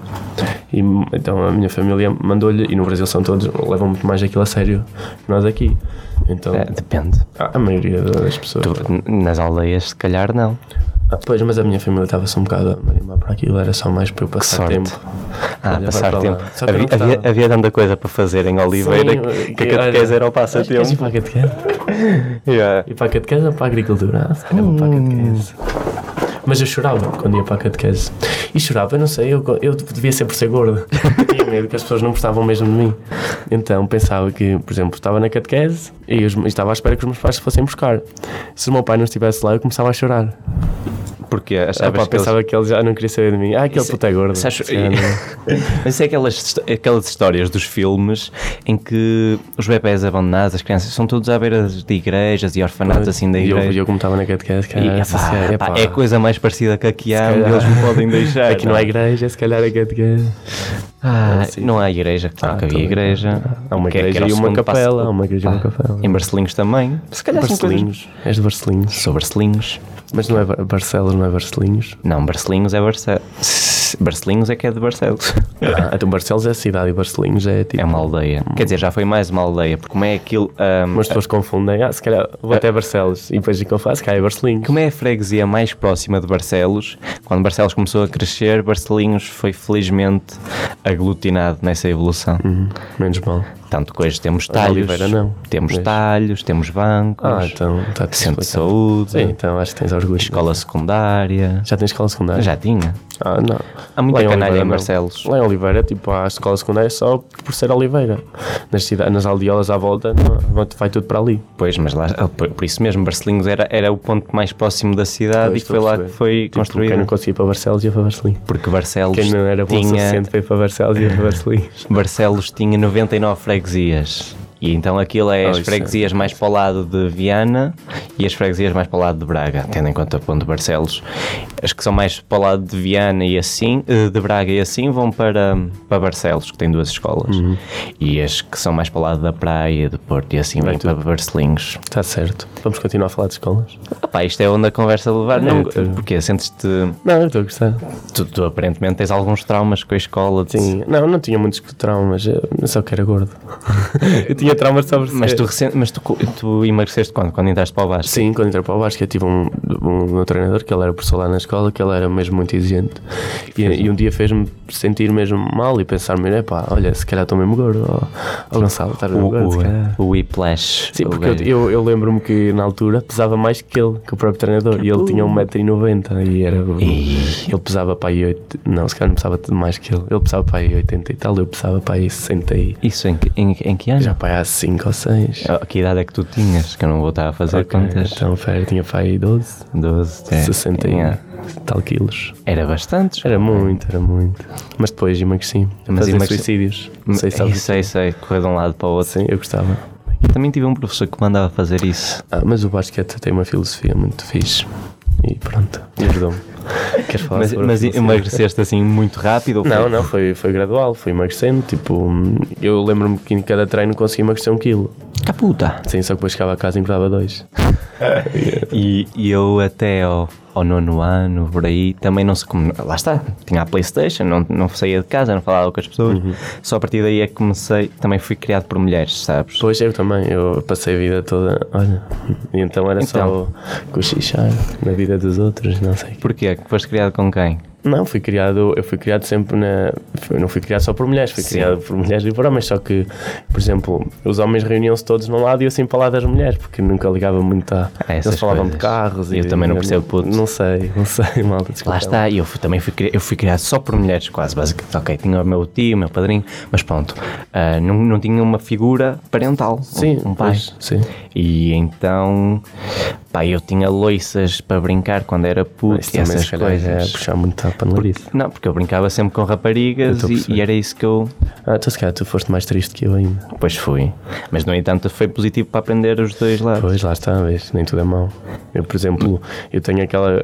[SPEAKER 1] E, então a minha família mandou-lhe, e no Brasil são todos, levam muito mais aquilo a sério que nós aqui. Então,
[SPEAKER 3] É, depende.
[SPEAKER 1] a a maioria das pessoas.
[SPEAKER 3] Tu- n- nas aldeias, se calhar, não.
[SPEAKER 1] Ah, pois, mas a minha família estava-se um bocado a marimbar para aquilo, era só mais para eu passar
[SPEAKER 3] sorte.
[SPEAKER 1] tempo.
[SPEAKER 3] Ah,
[SPEAKER 1] Olha,
[SPEAKER 3] passar
[SPEAKER 1] vai para lá.
[SPEAKER 3] tempo.
[SPEAKER 1] Só que eu
[SPEAKER 3] Havia,
[SPEAKER 1] não gostava.
[SPEAKER 3] havia, havia tanta coisa para fazer em Oliveira que- que, a catequese era o
[SPEAKER 1] Queres ir
[SPEAKER 3] passatempo.
[SPEAKER 1] para a catequese?
[SPEAKER 3] Yeah.
[SPEAKER 1] E é para a catequese ou para a agricultura? Ah, se calhar vou para a catequese. Mas eu chorava quando ia para a catequese. E chorava, eu não sei, eu, eu devia ser por ser gordo. Eu tinha medo que as pessoas não gostavam mesmo de mim. Então pensava que, por exemplo, estava na catequese e, os- e estava à espera que os meus pais se fossem buscar. Se o meu pai não estivesse lá, eu começava a chorar.
[SPEAKER 3] Porque
[SPEAKER 1] Ah,
[SPEAKER 3] achavas
[SPEAKER 1] pá,
[SPEAKER 3] que eles-
[SPEAKER 1] pensava que ele já não queria saber de mim. Ah, aquele puto é gordo.
[SPEAKER 3] Sabes-
[SPEAKER 1] Se calhar não.
[SPEAKER 3] Mas isso é aquelas, histó- aquelas histórias dos filmes em que os bebés abandonados, as crianças, são todos à beira de igrejas e orfanatos assim da
[SPEAKER 1] E eu,
[SPEAKER 3] igreja.
[SPEAKER 1] e eu como estava na catequese,
[SPEAKER 3] E,
[SPEAKER 1] cara,
[SPEAKER 3] epá,
[SPEAKER 1] sério,
[SPEAKER 3] pá,
[SPEAKER 1] epá.
[SPEAKER 3] é a coisa mais parecida que aqui há,
[SPEAKER 1] calhar.
[SPEAKER 3] eles me podem deixar.
[SPEAKER 1] Aqui não há igreja, se calhar é catequese.
[SPEAKER 3] Ah, não há igreja, claro
[SPEAKER 1] Ah,
[SPEAKER 3] que
[SPEAKER 1] tá
[SPEAKER 3] havia
[SPEAKER 1] bem.
[SPEAKER 3] igreja.
[SPEAKER 1] Há uma
[SPEAKER 3] Que é- que era
[SPEAKER 1] igreja
[SPEAKER 3] o
[SPEAKER 1] e uma
[SPEAKER 3] segundo passo-
[SPEAKER 1] capela. Há uma igreja e uma
[SPEAKER 3] Pá,
[SPEAKER 1] capela.
[SPEAKER 3] Em Barcelinhos também. Se calhar são coisas...
[SPEAKER 1] Barcelinhos. És de Barcelinhos.
[SPEAKER 3] Sou Barcelinhos.
[SPEAKER 1] Mas não é Bar- Barcelos, não é Barcelinhos?
[SPEAKER 3] Não, Barcelinhos é Barcelos. Barcelinhos é que é de Barcelos.
[SPEAKER 1] Ah, então Barcelos é cidade e Barcelinhos é tipo.
[SPEAKER 3] É uma aldeia. Quer dizer, já foi mais uma aldeia, porque como é aquilo. ahm,
[SPEAKER 1] Mas as pessoas confundem. Ah, se calhar vou até Barcelos. E depois ficam fácil, se calhar é Barcelinhos.
[SPEAKER 3] Como é a freguesia mais próxima de Barcelos, quando Barcelos começou a crescer, Barcelinhos foi felizmente aglutinado nessa evolução.
[SPEAKER 1] Menos mal.
[SPEAKER 3] Tanto que hoje temos é? talhos,
[SPEAKER 1] Oliveira não,
[SPEAKER 3] temos
[SPEAKER 1] mas-
[SPEAKER 3] talhos, temos bancos,
[SPEAKER 1] Ah, então está
[SPEAKER 3] centro de saúde,
[SPEAKER 1] Sim, então acho que tens orgulho.
[SPEAKER 3] escola secundária.
[SPEAKER 1] Já tens escola secundária?
[SPEAKER 3] Já tinha.
[SPEAKER 1] Ah, não.
[SPEAKER 3] Há muita
[SPEAKER 1] Lá
[SPEAKER 3] canalha
[SPEAKER 1] Oliveira,
[SPEAKER 3] em
[SPEAKER 1] não.
[SPEAKER 3] Barcelos.
[SPEAKER 1] Lá em Oliveira, tipo, há escola secundária só por ser Oliveira. Nas, cida- nas aldeolas à volta, não- vai- vai tudo para ali.
[SPEAKER 3] Pois, mas lá, ah, por, por isso mesmo, Barcelinhos era, era o ponto mais próximo da cidade
[SPEAKER 1] Pois,
[SPEAKER 3] e
[SPEAKER 1] estou a
[SPEAKER 3] foi lá que
[SPEAKER 1] perceber.
[SPEAKER 3] foi
[SPEAKER 1] Tipo,
[SPEAKER 3] construído.
[SPEAKER 1] Quem não conseguia ir para Barcelos ia para Barcelinhos.
[SPEAKER 3] Porque Barcelos
[SPEAKER 1] Quem não era bom o
[SPEAKER 3] tinha,
[SPEAKER 1] suficiente para ir para Barcelos ia para Barcelinhos.
[SPEAKER 3] Barcelos tinha 99 freguesias. E então aquilo é
[SPEAKER 1] Oh,
[SPEAKER 3] as
[SPEAKER 1] isso
[SPEAKER 3] freguesias mais para o lado de Viana e as freguesias mais para o lado de Braga, tendo em conta o ponto de Barcelos. As que são mais para o lado de Viana e assim, eh, de Braga e assim, vão para, para Barcelos, que tem duas escolas.
[SPEAKER 1] Uhum.
[SPEAKER 3] E as que são mais para o lado da Praia, do Porto e assim, vêm para Barcelinhos.
[SPEAKER 1] Está certo. Vamos continuar a falar de escolas?
[SPEAKER 3] Opá, isto é onde a conversa levar. Não,
[SPEAKER 1] tô-
[SPEAKER 3] porque sentes-te.
[SPEAKER 1] Não, eu estou a gostar.
[SPEAKER 3] Tu, tu aparentemente tens alguns traumas com a escola. de-
[SPEAKER 1] Sim. Não, não tinha muitos traumas, eu só que era gordo. eu tinha traumas sobre
[SPEAKER 3] Mas, tu, recen- mas tu, co- tu emagreceste quando? Quando entraste para o Vasco?
[SPEAKER 1] Sim, quando entrei para o Vasco, eu tive um, um meu treinador, que ele era professor lá na escola, que ele era mesmo muito exigente. E, e um dia fez-me sentir mesmo mal e pensar-me, epá, olha, se calhar estou mesmo gordo, ou oh, Gonçalo, estás mesmo
[SPEAKER 3] O,
[SPEAKER 1] gordo, se calhar.
[SPEAKER 3] o, o Whiplash.
[SPEAKER 1] Sim,
[SPEAKER 3] o
[SPEAKER 1] porque eu,
[SPEAKER 3] gajo.
[SPEAKER 1] eu, eu lembro-me que na altura pesava mais que ele, que o próprio treinador, e ele tinha 1,90m e era. Ele pesava para aí 8. Não, se calhar não pesava mais que ele. Ele pesava para aí 80 e tal, eu pesava para aí 60 e.
[SPEAKER 3] Isso em que, em, em que ano?
[SPEAKER 1] Já para aí há 5 ou 6.
[SPEAKER 3] Ah, Que idade é que tu tinhas? Que eu não vou estar a fazer contas.
[SPEAKER 1] Então, pera, tinha para aí 12,
[SPEAKER 3] 12, é,
[SPEAKER 1] 60 e
[SPEAKER 3] tinha-
[SPEAKER 1] tal quilos.
[SPEAKER 3] Era bastante.
[SPEAKER 1] Era muito, era muito. Mas depois emagreci.
[SPEAKER 3] Mas é
[SPEAKER 1] Mas
[SPEAKER 3] emagreci-
[SPEAKER 1] suicídios. Não sei se
[SPEAKER 3] Sei,
[SPEAKER 1] sabes.
[SPEAKER 3] sei, sei, correr de um lado para o outro.
[SPEAKER 1] Sim, eu gostava.
[SPEAKER 3] Também tive um professor que mandava fazer isso.
[SPEAKER 1] Ah, mas o basquete tem uma filosofia muito fixe. E pronto, ajudou-me. Queres falar
[SPEAKER 3] Mas,
[SPEAKER 1] sobre a
[SPEAKER 3] mas
[SPEAKER 1] filosofia?
[SPEAKER 3] emagreceste assim muito rápido? ou foi-
[SPEAKER 1] Não, não, foi, foi gradual, foi emagrecendo. Tipo, eu lembro-me que em cada treino conseguia emagrecer um quilo.
[SPEAKER 3] Caputa!
[SPEAKER 1] Sim, só que depois chegava a casa e engordava dois.
[SPEAKER 3] E, e eu até ao, ao nono ano, por aí, também não sei como. Lá está, tinha a Playstation, não, não saía de casa, não falava com as pessoas.
[SPEAKER 1] Uhum.
[SPEAKER 3] Só a partir daí é que comecei. Também fui criado por mulheres, sabes?
[SPEAKER 1] Depois eu também, eu passei a vida toda, olha, e então era só
[SPEAKER 3] Então?
[SPEAKER 1] cochichar na vida dos outros, não sei.
[SPEAKER 3] Porquê? Que Foste criado com quem?
[SPEAKER 1] Não, fui criado, eu fui criado sempre na. fui- Não fui criado só por mulheres, fui criado por mulheres e por homens, só que, por exemplo, os homens reuniam-se todos num lado e eu sempre para lá das mulheres, porque nunca ligava muito a.
[SPEAKER 3] A essas
[SPEAKER 1] eles falavam de
[SPEAKER 3] coisas.
[SPEAKER 1] carros
[SPEAKER 3] Eu também não percebo, puto.
[SPEAKER 1] Não sei, não sei, malta. desculpa.
[SPEAKER 3] Lá está, eu fui- também fui, cri- eu fui criado só por mulheres, quase, basicamente. Ok, tinha o meu tio, o meu padrinho, mas pronto, ah, não, não tinha uma figura parental, um-
[SPEAKER 1] Sim,
[SPEAKER 3] um pai.
[SPEAKER 1] pois, sim.
[SPEAKER 3] E então Pá, eu tinha loiças para brincar quando era puto
[SPEAKER 1] Isso
[SPEAKER 3] e
[SPEAKER 1] também,
[SPEAKER 3] essas
[SPEAKER 1] se calhar, já é
[SPEAKER 3] coisas.
[SPEAKER 1] puxar muito para o nariz.
[SPEAKER 3] Não, porque eu brincava sempre com raparigas
[SPEAKER 1] Eu estou a
[SPEAKER 3] e,
[SPEAKER 1] perceber.
[SPEAKER 3] e era isso que eu
[SPEAKER 1] Ah, então se calhar tu foste mais triste que eu ainda.
[SPEAKER 3] depois fui. Mas no entanto foi positivo para aprender os dois lados.
[SPEAKER 1] Pois, lá está, vês, nem tudo é mau. Eu, por exemplo, eu tenho aquela.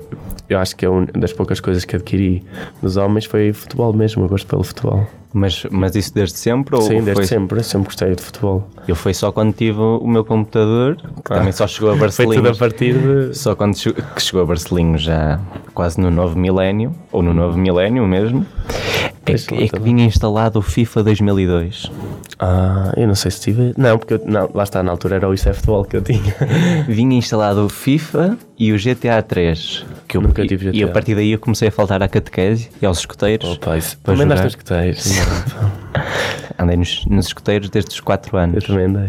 [SPEAKER 1] Eu acho que é uma das poucas coisas que adquiri dos homens foi futebol mesmo. Eu gosto pelo futebol.
[SPEAKER 3] Mas, mas isso desde sempre? Ou
[SPEAKER 1] Sim,
[SPEAKER 3] foi,
[SPEAKER 1] desde sempre. Sempre gostei de futebol.
[SPEAKER 3] Eu foi só quando tive o meu computador, que também só chegou a
[SPEAKER 1] Foi tudo a
[SPEAKER 3] Barcelinhos.
[SPEAKER 1] partir de.
[SPEAKER 3] Só quando che- que chegou a Barcelinhos já quase no novo milénio, ou no novo milénio mesmo, é
[SPEAKER 1] Pois
[SPEAKER 3] que,
[SPEAKER 1] lá
[SPEAKER 3] é
[SPEAKER 1] está
[SPEAKER 3] que
[SPEAKER 1] bem.
[SPEAKER 3] vinha instalado o FIFA 2002.
[SPEAKER 1] Ah, eu não sei se tive. Não, porque eu- não, lá está, na altura era o Isso é Futebol que eu tinha.
[SPEAKER 3] Vinha instalado o FIFA e o GTA 3. Que eu,
[SPEAKER 1] Nunca
[SPEAKER 3] e-
[SPEAKER 1] tive
[SPEAKER 3] E a
[SPEAKER 1] GTA.
[SPEAKER 3] partir daí eu comecei a faltar à catequese e aos escuteiros.
[SPEAKER 1] Opa, Oh, isso.
[SPEAKER 3] Para
[SPEAKER 1] Também andaste
[SPEAKER 3] jogar.
[SPEAKER 1] nos escuteiros.
[SPEAKER 3] Andei nos, nos escuteiros desde os 4
[SPEAKER 1] Eu
[SPEAKER 3] anos.
[SPEAKER 1] também andei.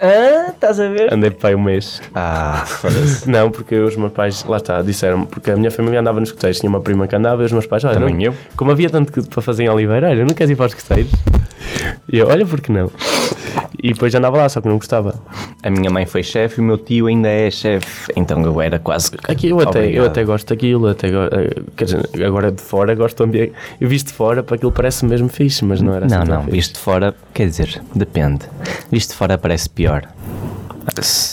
[SPEAKER 3] Ah, estás a ver?
[SPEAKER 1] Andei para aí um mês.
[SPEAKER 3] Ah, foda-se.
[SPEAKER 1] Não, porque os meus pais, lá está, disseram porque a minha família andava nos escuteiros, tinha uma prima que andava e os meus pais, olha,
[SPEAKER 3] Também
[SPEAKER 1] não-
[SPEAKER 3] eu.
[SPEAKER 1] como havia tanto que- para fazer em Oliveira, olha, não queres ir para os escuteiros? E eu, olha, porque não? E depois andava lá, só que não gostava.
[SPEAKER 3] A minha mãe foi chefe e o meu tio ainda é chefe. Então eu era quase. que
[SPEAKER 1] Aqui eu até, eu
[SPEAKER 3] obrigado.
[SPEAKER 1] até gosto daquilo, até go- eh, quer dizer, agora de fora gosto do ambiente. Eu visto de fora, para aquilo parece mesmo fixe, mas não era assim.
[SPEAKER 3] Não,
[SPEAKER 1] tão
[SPEAKER 3] não,
[SPEAKER 1] fixe.
[SPEAKER 3] visto de fora, quer dizer, depende. Visto de fora parece pior.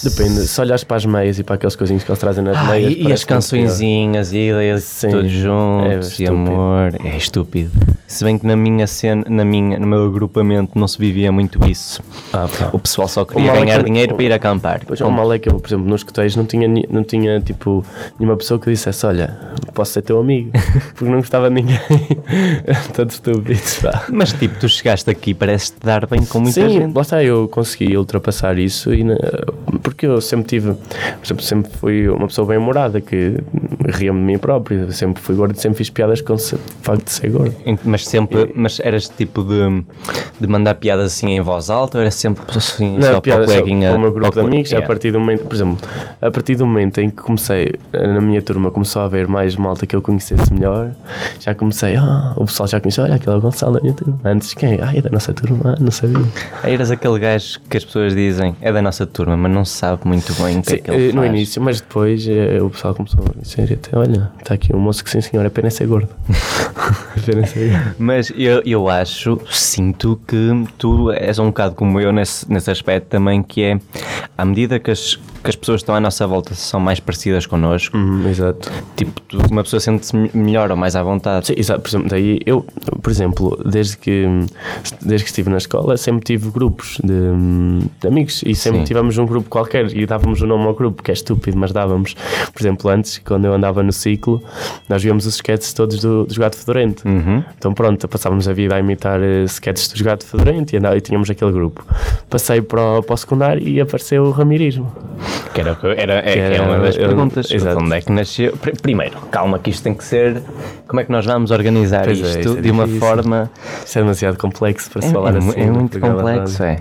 [SPEAKER 1] Depende, se olhares para as meias e para aqueles coisinhos que eles trazem nas
[SPEAKER 3] Ah,
[SPEAKER 1] meias.
[SPEAKER 3] e, e
[SPEAKER 1] parece que
[SPEAKER 3] as
[SPEAKER 1] é pior.
[SPEAKER 3] cançõezinhas, e ideias
[SPEAKER 1] Sim.
[SPEAKER 3] todos
[SPEAKER 1] É
[SPEAKER 3] juntos, e
[SPEAKER 1] estúpido.
[SPEAKER 3] amor, é estúpido. Se bem que na minha cena, na minha, no meu agrupamento não se vivia muito isso.
[SPEAKER 1] Ah, pá.
[SPEAKER 3] O pessoal só queria
[SPEAKER 1] mal é
[SPEAKER 3] ganhar
[SPEAKER 1] que-
[SPEAKER 3] dinheiro para ir acampar.
[SPEAKER 1] Pois é, o mal é que eu, por exemplo, nos coteiros não tinha, ni- não tinha tipo, nenhuma pessoa que dissesse: Olha, posso ser teu amigo, porque não gostava de ninguém. Tanto estúpido, pá.
[SPEAKER 3] Mas tipo, tu chegaste aqui, parece-te dar bem com muita
[SPEAKER 1] Sim,
[SPEAKER 3] gente.
[SPEAKER 1] lá está, eu consegui ultrapassar isso e, na- porque eu sempre tive, por exemplo, sempre fui uma pessoa bem-humorada que ria-me de mim próprio, sempre fui gordo, sempre fiz piadas com o se- facto de ser gordo.
[SPEAKER 3] Em- Mas sempre, mas eras tipo de, de mandar piadas assim em voz alta ou era sempre assim,
[SPEAKER 1] Não,
[SPEAKER 3] só para o
[SPEAKER 1] piada, só
[SPEAKER 3] coleguinha?
[SPEAKER 1] para o meu grupo de
[SPEAKER 3] para o cole-
[SPEAKER 1] amigos, a
[SPEAKER 3] Yeah.
[SPEAKER 1] partir do momento, por exemplo, a partir do momento em que comecei, eh, na minha turma, começou a haver mais malta que eu conhecesse melhor, já comecei, ah, o pessoal já conheceu, olha, aquele é o Gonçalo da minha turma. Antes quem? Ah, é da nossa turma, ah, não sabia.
[SPEAKER 3] Aí Eras aquele gajo que as pessoas dizem é da nossa turma, mas não se sabe muito bem o que é que ele
[SPEAKER 1] Eh, no
[SPEAKER 3] faz.
[SPEAKER 1] início, mas depois eh, o pessoal começou a dizer, até, olha, está aqui um moço que sim senhor, apenas é gordo. apenas é gordo.
[SPEAKER 3] Mas eu, eu acho, sinto que tu és um bocado como eu nesse, nesse aspecto também, que é à medida que as, que as pessoas que estão à nossa volta são mais parecidas connosco,
[SPEAKER 1] Hum, exato.
[SPEAKER 3] tipo, tu- uma pessoa sente-se me- melhor ou mais à vontade.
[SPEAKER 1] Sim, exato. Por exemplo, daí eu, por exemplo, desde que, desde que estive na escola, sempre tive grupos de, de amigos e sempre
[SPEAKER 3] Sim.
[SPEAKER 1] tivemos um grupo qualquer e dávamos o nome ao grupo, que é estúpido, mas dávamos. Por exemplo, antes, quando eu andava no ciclo, nós víamos os sketches todos do, do Gato Fedorento.
[SPEAKER 3] Hum. Uhum.
[SPEAKER 1] Então, pronto, passávamos a vida a imitar eh, sketches do Gato Fedorento e, andava- e tínhamos aquele grupo. Passei para o, para o secundário e apareceu o Ramirismo.
[SPEAKER 3] Que era, o que eu- era, é,
[SPEAKER 1] Que era-
[SPEAKER 3] é uma das
[SPEAKER 1] eu-
[SPEAKER 3] perguntas.
[SPEAKER 1] exato.
[SPEAKER 3] De Onde é que nasceu? Pri- Primeiro, calma, que isto tem que ser. Como é que nós vamos organizar
[SPEAKER 1] Pois é,
[SPEAKER 3] isto
[SPEAKER 1] isso é
[SPEAKER 3] de uma
[SPEAKER 1] difícil.
[SPEAKER 3] forma.
[SPEAKER 1] Isso é demasiado complexo para se
[SPEAKER 3] É,
[SPEAKER 1] falar
[SPEAKER 3] é mu-
[SPEAKER 1] assim.
[SPEAKER 3] é
[SPEAKER 1] num
[SPEAKER 3] muito
[SPEAKER 1] programa de
[SPEAKER 3] complexo, é.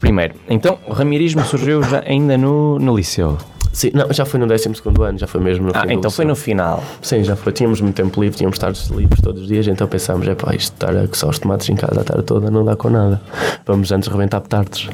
[SPEAKER 3] Primeiro, então o ramirismo surgiu já ainda no, no liceu.
[SPEAKER 1] Sim, não, já foi no 12 ano, já foi mesmo no
[SPEAKER 3] Ah,
[SPEAKER 1] fim do
[SPEAKER 3] então
[SPEAKER 1] liceu.
[SPEAKER 3] foi no final.
[SPEAKER 1] Sim, já foi. Tínhamos muito tempo livre, tínhamos tardes livres todos os dias, então pensámos, é pá, isto estar a coçar os tomates em casa a tarde toda não dá com nada. Vamos antes reventar petardos.